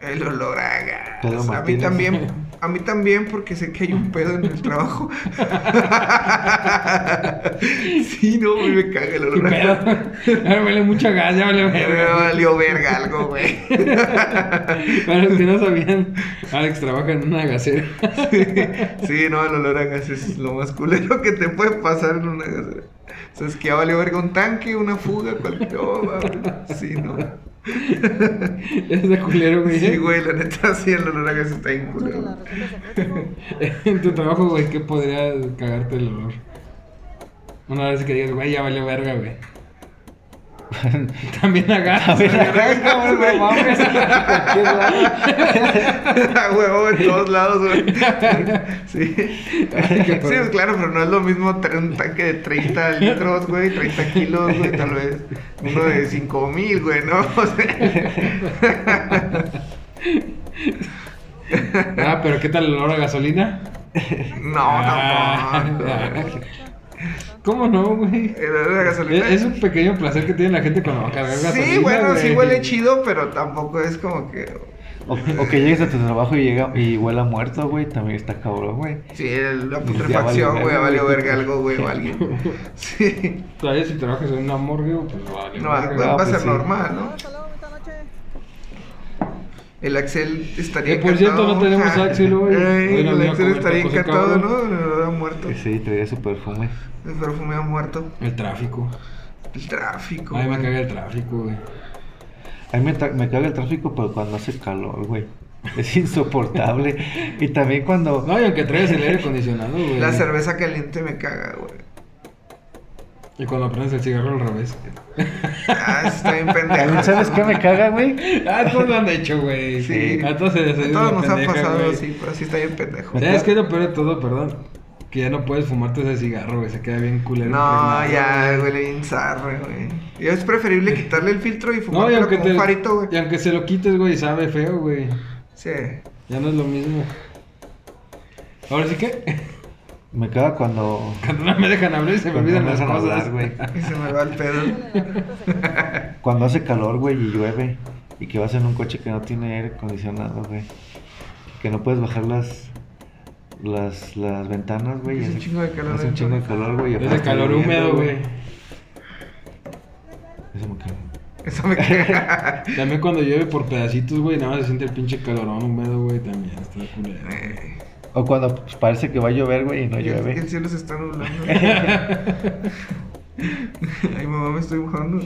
[SPEAKER 2] El olor a gas.
[SPEAKER 4] Pedro
[SPEAKER 2] A mí
[SPEAKER 4] Martínez.
[SPEAKER 2] también, a mí también porque sé que hay un pedo en el trabajo. sí, no, güey, me caga el
[SPEAKER 3] ¿Qué
[SPEAKER 2] olor a
[SPEAKER 3] pedo?
[SPEAKER 2] gas.
[SPEAKER 3] Ahora huele mucho a gas, ya vale
[SPEAKER 2] Me
[SPEAKER 3] verga.
[SPEAKER 2] valió verga algo, güey.
[SPEAKER 3] Para los que no sabían, Alex trabaja en una gasera.
[SPEAKER 2] Sí, no, el olor a gas es lo más culero que te puede pasar en una gasera. O sea, es que ya valió verga un tanque, una fuga, cualquier... oh, va, sí, no.
[SPEAKER 3] es de culero, güey.
[SPEAKER 2] Sí, güey, la neta, sí, el olor a gas está bien culero.
[SPEAKER 3] en tu trabajo, güey, ¿qué podría cagarte el olor? Una vez que digas, güey, ya valió verga, güey. También a gas.
[SPEAKER 4] Verga, güey, no mames. Qué raro.
[SPEAKER 2] A huevo en todos lados, güey. Sí. Sí, pues, claro, pero no es lo mismo tener un tanque de 30 litros, güey, 30 kilos, güey, tal vez. Uno de 5 mil, güey, ¿no? O sea,
[SPEAKER 3] ah, pero ¿qué tal el olor a gasolina?
[SPEAKER 2] no,
[SPEAKER 3] Ah.
[SPEAKER 2] tampoco. güey.
[SPEAKER 3] ¿Cómo no, güey?
[SPEAKER 2] El olor a gasolina.
[SPEAKER 3] Es, es un pequeño placer que tiene la gente cuando va a cargar gasolina.
[SPEAKER 2] Sí, bueno, sí
[SPEAKER 3] güey.
[SPEAKER 2] huele chido, pero tampoco es como que.
[SPEAKER 4] O, o que llegues a tu trabajo y llega y huela muerto, güey, también está cabrón, güey.
[SPEAKER 2] Sí, el- la putrefacción,
[SPEAKER 4] valió
[SPEAKER 2] güey,
[SPEAKER 4] verga,
[SPEAKER 2] valió
[SPEAKER 4] güey.
[SPEAKER 2] verga algo, güey, o alguien. Sí.
[SPEAKER 3] Todavía si trabajas en una morgue, pues vale.
[SPEAKER 2] No,
[SPEAKER 3] verga,
[SPEAKER 2] va
[SPEAKER 4] pues
[SPEAKER 2] a ser
[SPEAKER 4] sí.
[SPEAKER 2] normal, ¿no? El Axel estaría
[SPEAKER 3] Eh, por cierto, no tenemos
[SPEAKER 2] Ajá.
[SPEAKER 3] Axel hoy.
[SPEAKER 2] Ey,
[SPEAKER 3] Hoy no
[SPEAKER 2] el
[SPEAKER 3] vino a
[SPEAKER 2] Axel
[SPEAKER 3] comer
[SPEAKER 2] estaría
[SPEAKER 3] tacos el
[SPEAKER 2] encantado, ¿no?
[SPEAKER 3] cabrón.
[SPEAKER 2] El olor a muerto.
[SPEAKER 4] Que Pues Sí, traía su perfume.
[SPEAKER 2] El perfume ha muerto.
[SPEAKER 3] pues, El tráfico.
[SPEAKER 2] El tráfico.
[SPEAKER 3] Ay, me
[SPEAKER 2] güey.
[SPEAKER 3] caga el tráfico, güey.
[SPEAKER 4] A mí me, tra- me caga el tráfico, pero cuando hace calor, güey. Es insoportable. y también cuando.
[SPEAKER 3] No, y aunque traigas el aire acondicionado, güey.
[SPEAKER 2] La cerveza caliente me caga, güey.
[SPEAKER 3] Y cuando prendes el cigarro al revés.
[SPEAKER 2] Ah, eso está bien pendejo.
[SPEAKER 4] También, ¿Sabes qué me caga, güey?
[SPEAKER 3] Ah, todos lo han hecho, güey.
[SPEAKER 2] Sí.
[SPEAKER 3] A todos se les ha
[SPEAKER 2] A
[SPEAKER 3] ido
[SPEAKER 2] todos
[SPEAKER 3] una
[SPEAKER 2] nos ha
[SPEAKER 3] pendeja,
[SPEAKER 2] pasado
[SPEAKER 3] güey.
[SPEAKER 2] así, pero sí está bien pendejo.
[SPEAKER 3] ¿Sabes qué es lo peor de todo? Perdón. Que ya no puedes fumarte ese cigarro, güey. Se queda bien culero.
[SPEAKER 2] No,
[SPEAKER 3] impregnado,
[SPEAKER 2] ya,
[SPEAKER 3] güey.
[SPEAKER 2] huele bien zarra, güey. Yo es preferible quitarle el filtro y
[SPEAKER 3] No, y
[SPEAKER 2] fumártelo
[SPEAKER 3] aunque,
[SPEAKER 2] como
[SPEAKER 3] te,
[SPEAKER 2] un farito,
[SPEAKER 3] y
[SPEAKER 2] güey.
[SPEAKER 3] aunque se lo quites, güey, sabe feo, güey.
[SPEAKER 2] Sí.
[SPEAKER 3] Ya no es lo mismo. Ahora sí que,
[SPEAKER 4] Me caga cuando.
[SPEAKER 3] cuando no me dejan hablar, se me
[SPEAKER 4] Cuando
[SPEAKER 3] olvidan
[SPEAKER 4] no me
[SPEAKER 3] las
[SPEAKER 4] dejan
[SPEAKER 3] cosas.
[SPEAKER 4] hablar,
[SPEAKER 2] Y
[SPEAKER 4] güey.
[SPEAKER 2] se me va el pedo.
[SPEAKER 4] Cuando hace calor, güey, y llueve. Y que vas en un coche que no tiene aire acondicionado, güey. Que no puedes bajar las. Las, las ventanas, güey.
[SPEAKER 2] Es un
[SPEAKER 4] Hace-
[SPEAKER 2] chingo de calor
[SPEAKER 4] Hace un
[SPEAKER 2] dentro.
[SPEAKER 4] chingo de calor, güey. y
[SPEAKER 3] Es
[SPEAKER 4] afuera
[SPEAKER 3] el
[SPEAKER 4] está
[SPEAKER 3] calor
[SPEAKER 4] lloviendo,
[SPEAKER 3] húmedo, güey.
[SPEAKER 4] Eso me caga.
[SPEAKER 2] Eso me caga.
[SPEAKER 3] También cuando llueve por pedacitos, güey, nada más se siente el pinche calorón húmedo, güey, también está de culero.
[SPEAKER 2] Eh,
[SPEAKER 4] O cuando pues, parece que va a llover, güey, y no
[SPEAKER 2] el, el
[SPEAKER 4] llueve.
[SPEAKER 2] cielo se está nublando. Ay, mamá, me estoy mojando.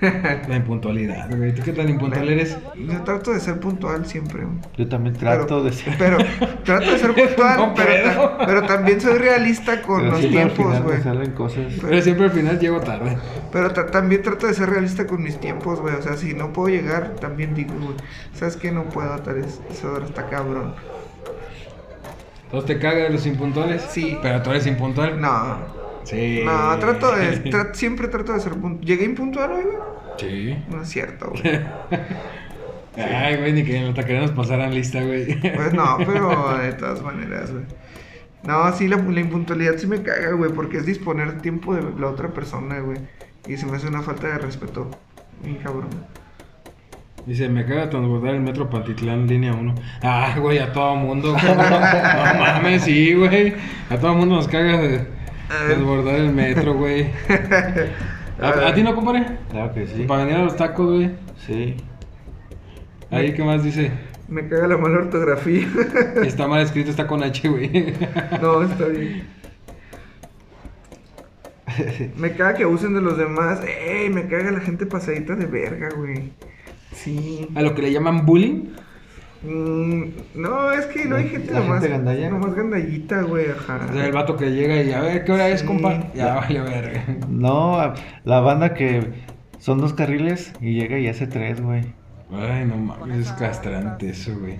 [SPEAKER 3] La impuntualidad, güey. ¿Tú qué tan impuntual eres?
[SPEAKER 2] Yo trato de ser puntual siempre. güey.
[SPEAKER 4] Yo también trato
[SPEAKER 2] pero,
[SPEAKER 4] de ser.
[SPEAKER 2] Pero trato de ser puntual,
[SPEAKER 3] No
[SPEAKER 2] pero, ta-
[SPEAKER 3] puedo.
[SPEAKER 2] pero también soy realista con
[SPEAKER 4] pero
[SPEAKER 2] los
[SPEAKER 4] siempre al
[SPEAKER 2] tiempos,
[SPEAKER 4] final me
[SPEAKER 2] güey.
[SPEAKER 4] salen cosas.
[SPEAKER 3] Pero siempre al final llego tarde.
[SPEAKER 2] Pero ta- también trato de ser realista con mis tiempos, güey. O sea, si no puedo llegar, también digo, güey, ¿sabes qué? No puedo atar es- esa hora, está cabrón.
[SPEAKER 3] Entonces te cagas de los impuntuales.
[SPEAKER 2] Sí.
[SPEAKER 3] Pero tú eres impuntual.
[SPEAKER 2] No,
[SPEAKER 3] Sí.
[SPEAKER 2] no, trato de, tra- siempre trato de ser puntual. ¿Llegué impuntual hoy, güey?
[SPEAKER 3] Sí.
[SPEAKER 2] No es cierto, güey.
[SPEAKER 3] Ay, güey, ni que nos te queremos pasar a lista, güey.
[SPEAKER 2] Pues no, pero de todas maneras, güey. No, sí, la, la impuntualidad sí me caga, güey, porque es disponer tiempo de la otra persona, güey. Y se me hace una falta de respeto. Bien cabrón.
[SPEAKER 3] Dice, me caga transbordar el metro Pantitlán, línea 1. Ah, güey, a todo mundo, güey. No mames, sí, güey. A todo mundo nos caga de
[SPEAKER 2] A ver.
[SPEAKER 3] transbordar el metro, güey. ¿A, a ti no, compadre?
[SPEAKER 4] Claro que sí.
[SPEAKER 3] Para venir a los tacos, güey.
[SPEAKER 4] Sí.
[SPEAKER 3] Ahí, ¿qué más dice?
[SPEAKER 2] Me caga la mala ortografía.
[SPEAKER 3] Está mal escrito, está con H, güey.
[SPEAKER 2] no, está bien. Me caga que abusen de los demás. Ey, me caga la gente pasadita de verga, güey. Sí.
[SPEAKER 3] A lo que le llaman bullying.
[SPEAKER 2] Mm, no, es que no hay gente
[SPEAKER 4] ¿La
[SPEAKER 2] nomás.
[SPEAKER 4] gente gandalla?
[SPEAKER 2] Nomás gandallita, güey, ajá.
[SPEAKER 3] O sea, el vato que llega y a ver, ¿qué hora es,
[SPEAKER 2] Sí.
[SPEAKER 3] compa? Ya vale verga.
[SPEAKER 4] No, a- la banda que son dos carriles y llega y hace tres, güey.
[SPEAKER 3] Ay, no mames, es castrante eso, güey.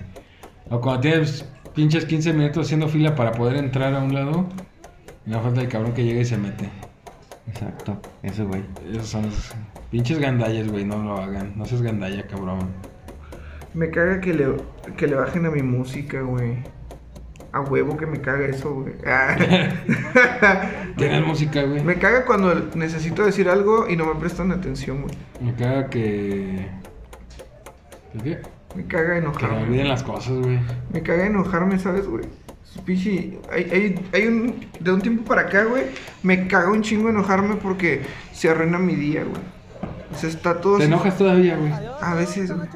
[SPEAKER 3] O cuando tienes pinches 15 minutos haciendo fila para poder entrar a un lado, y no falta el cabrón que llega y se mete.
[SPEAKER 4] Exacto, ese güey.
[SPEAKER 3] Esos son los pinches gandallas, güey, no lo hagan. No seas gandalla, cabrón.
[SPEAKER 2] Me caga que le, que le bajen a mi música, güey. A huevo que me caga eso, güey. Ah.
[SPEAKER 3] Tienen música, güey.
[SPEAKER 2] me caga cuando necesito decir algo y no me prestan atención, güey.
[SPEAKER 3] Me caga que. ¿Qué? qué?
[SPEAKER 2] Me caga
[SPEAKER 3] Que me
[SPEAKER 2] enojarme.
[SPEAKER 3] olviden las cosas, güey.
[SPEAKER 2] Me caga enojarme, ¿sabes, güey? Es Pinche. Hay, hay, hay un. De un tiempo para acá, güey. Me caga un chingo enojarme porque se arruina mi día, güey. O sea, está todo.
[SPEAKER 3] Te
[SPEAKER 2] así-
[SPEAKER 3] enojas todavía, güey.
[SPEAKER 2] A veces, güey.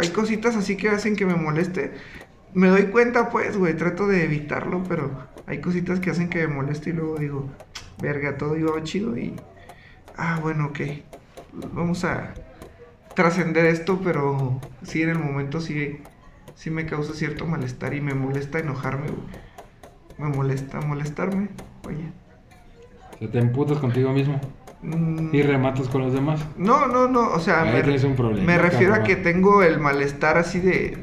[SPEAKER 2] Hay cositas así que hacen que me moleste. Me doy cuenta, pues, güey. Trato de evitarlo, pero hay cositas que hacen que me moleste y luego digo, verga, todo iba chido y. Ah, bueno, ok. Vamos a trascender esto, pero sí, en el momento sí, sí me causa cierto malestar y me molesta enojarme, güey. Me molesta molestarme, oye.
[SPEAKER 3] O sea, te emputas contigo mismo
[SPEAKER 2] Mm.
[SPEAKER 3] y rematas con los demás.
[SPEAKER 2] No, no, no, o sea,
[SPEAKER 3] Ahí
[SPEAKER 2] me,
[SPEAKER 3] tienes un problema,
[SPEAKER 2] me refiero a
[SPEAKER 3] cabrón.
[SPEAKER 2] que tengo el malestar así de,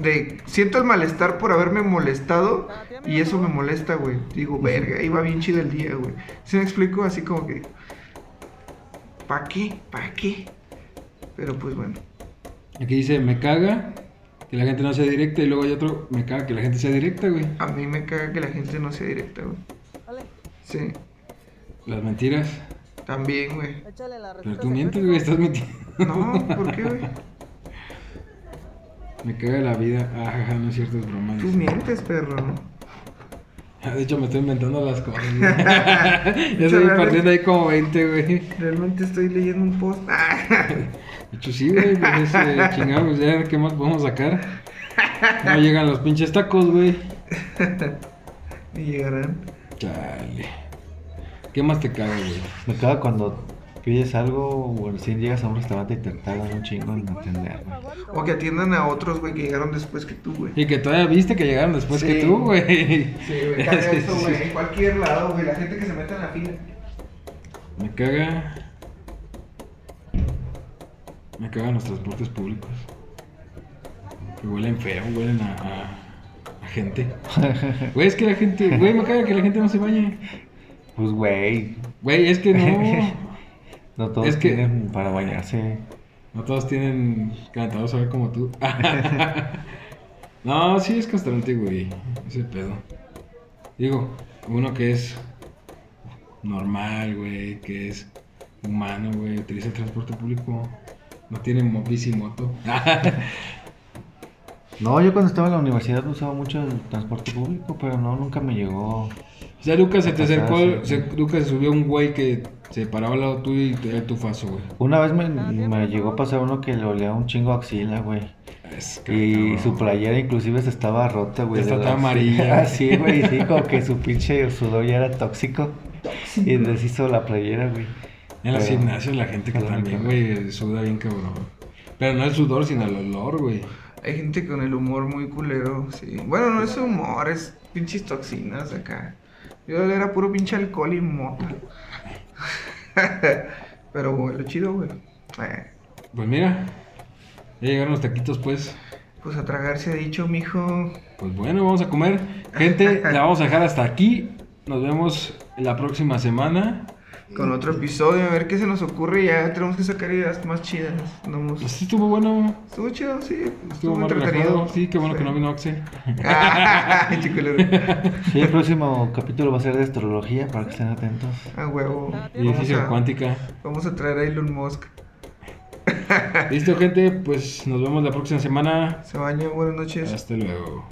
[SPEAKER 2] de... Siento el malestar por haberme molestado y eso me molesta, güey. Digo, verga, iba bien chido el día, güey. ¿Sí me explico? Así como que... ¿Pa qué? ¿Pa qué? Pero pues bueno.
[SPEAKER 3] Aquí dice, me caga que la gente no sea directa y luego hay otro, me caga que la gente sea directa, güey.
[SPEAKER 2] A mí me caga que la gente no sea directa, güey.
[SPEAKER 5] Dale,
[SPEAKER 2] Sí,
[SPEAKER 3] Las mentiras.
[SPEAKER 2] también, güey.
[SPEAKER 5] échale la receta
[SPEAKER 3] Pero tú
[SPEAKER 5] secreta.
[SPEAKER 3] mientes, güey, estás mintiendo.
[SPEAKER 2] No, ¿por qué, güey?
[SPEAKER 3] Me caga la vida. Ajaja, no es cierto, es broma. Ah,
[SPEAKER 2] Tú mientes, perro.
[SPEAKER 3] De hecho, me estoy inventando las cosas. güey. ya estoy partiendo ahí como 20, güey.
[SPEAKER 2] Realmente estoy leyendo un post. Ah,
[SPEAKER 3] De hecho, sí, güey, pues eh, chingado, pues, ya, ¿qué más podemos sacar? No llegan los pinches tacos, güey.
[SPEAKER 2] y llegarán.
[SPEAKER 3] Chale. ¿Qué más te caga, güey?
[SPEAKER 4] Me caga cuando pides algo o recién llegas a un restaurante y te tardan un chingo en atender, güey.
[SPEAKER 2] O que atiendan a otros, güey, que llegaron después que tú, güey.
[SPEAKER 3] Y que todavía viste que llegaron después
[SPEAKER 2] Sí.
[SPEAKER 3] que tú, güey.
[SPEAKER 2] Sí, güey, caga
[SPEAKER 3] Sí,
[SPEAKER 2] eso,
[SPEAKER 3] sí,
[SPEAKER 2] güey.
[SPEAKER 3] sí.
[SPEAKER 2] En cualquier lado, güey. La gente que se mete en la fila.
[SPEAKER 3] Me caga. Me cagan los transportes públicos. Que huelen feo, huelen a, a- a gente. Güey, es que la gente. Güey, me caga que la gente no se bañe.
[SPEAKER 4] Pues, güey,
[SPEAKER 3] Güey, es que no.
[SPEAKER 4] no todos
[SPEAKER 3] Es que-
[SPEAKER 4] tienen para bañarse.
[SPEAKER 3] No todos tienen calentador solar como tú. no, sí es castrante, güey. Ese pedo. Digo, uno que es normal, güey, que es humano, güey, utiliza el transporte público, no tiene mo- bici moto.
[SPEAKER 4] No, yo cuando estaba en la universidad usaba mucho el transporte público, pero no, nunca me llegó.
[SPEAKER 3] o sea, Lucas se te
[SPEAKER 4] Ajá,
[SPEAKER 3] acercó,
[SPEAKER 4] sí.
[SPEAKER 3] se, Lucas se subió un güey que se paraba al lado tuyo y te era tu faso, güey.
[SPEAKER 4] Una vez me, me llegó a pasar uno que le olía un chingo a axila, güey.
[SPEAKER 3] Es que,
[SPEAKER 4] Y
[SPEAKER 3] cabrón.
[SPEAKER 4] su playera inclusive se estaba rota, güey.
[SPEAKER 3] Está
[SPEAKER 4] de
[SPEAKER 3] toda
[SPEAKER 4] la-
[SPEAKER 3] amarilla.
[SPEAKER 4] Ah, sí, güey, sí, como que su pinche sudor ya era tóxico. Y deshizo la playera, güey.
[SPEAKER 3] En los
[SPEAKER 4] Pero-
[SPEAKER 3] gimnasios la gente que
[SPEAKER 4] Pero-
[SPEAKER 3] también, güey, suda bien cabrón. Pero no el sudor, sino el olor, güey.
[SPEAKER 2] Hay gente con el humor muy culero, sí. Bueno, no es humor, es pinches toxinas acá. Yo era puro pinche alcohol y mota. Pero, güey, lo chido, güey. Eh,
[SPEAKER 3] Pues mira, ya llegaron los taquitos, pues.
[SPEAKER 2] pues a tragar se ha dicho, mijo.
[SPEAKER 3] Pues bueno, vamos a comer. Gente, la vamos a dejar hasta aquí. Nos vemos la próxima semana.
[SPEAKER 2] Con otro episodio, a ver qué se nos ocurre. Ya tenemos que sacar ideas más chidas. No hemos-
[SPEAKER 3] Pues sí, estuvo bueno.
[SPEAKER 2] Estuvo chido, sí. Estuvo,
[SPEAKER 3] Estuvo más
[SPEAKER 2] entretenido.
[SPEAKER 3] relajado. Sí, qué bueno que no vino Axel.
[SPEAKER 2] Ay, chiculero.
[SPEAKER 4] Sí, el próximo capítulo va a ser de astrología, para que estén atentos.
[SPEAKER 2] A Ah, huevo.
[SPEAKER 3] Y
[SPEAKER 2] Vamos
[SPEAKER 3] física
[SPEAKER 2] a-
[SPEAKER 3] cuántica.
[SPEAKER 2] Vamos a traer a Elon Musk.
[SPEAKER 3] Listo, gente. Pues nos vemos la próxima semana.
[SPEAKER 2] Se baña, buenas noches.
[SPEAKER 3] Hasta luego.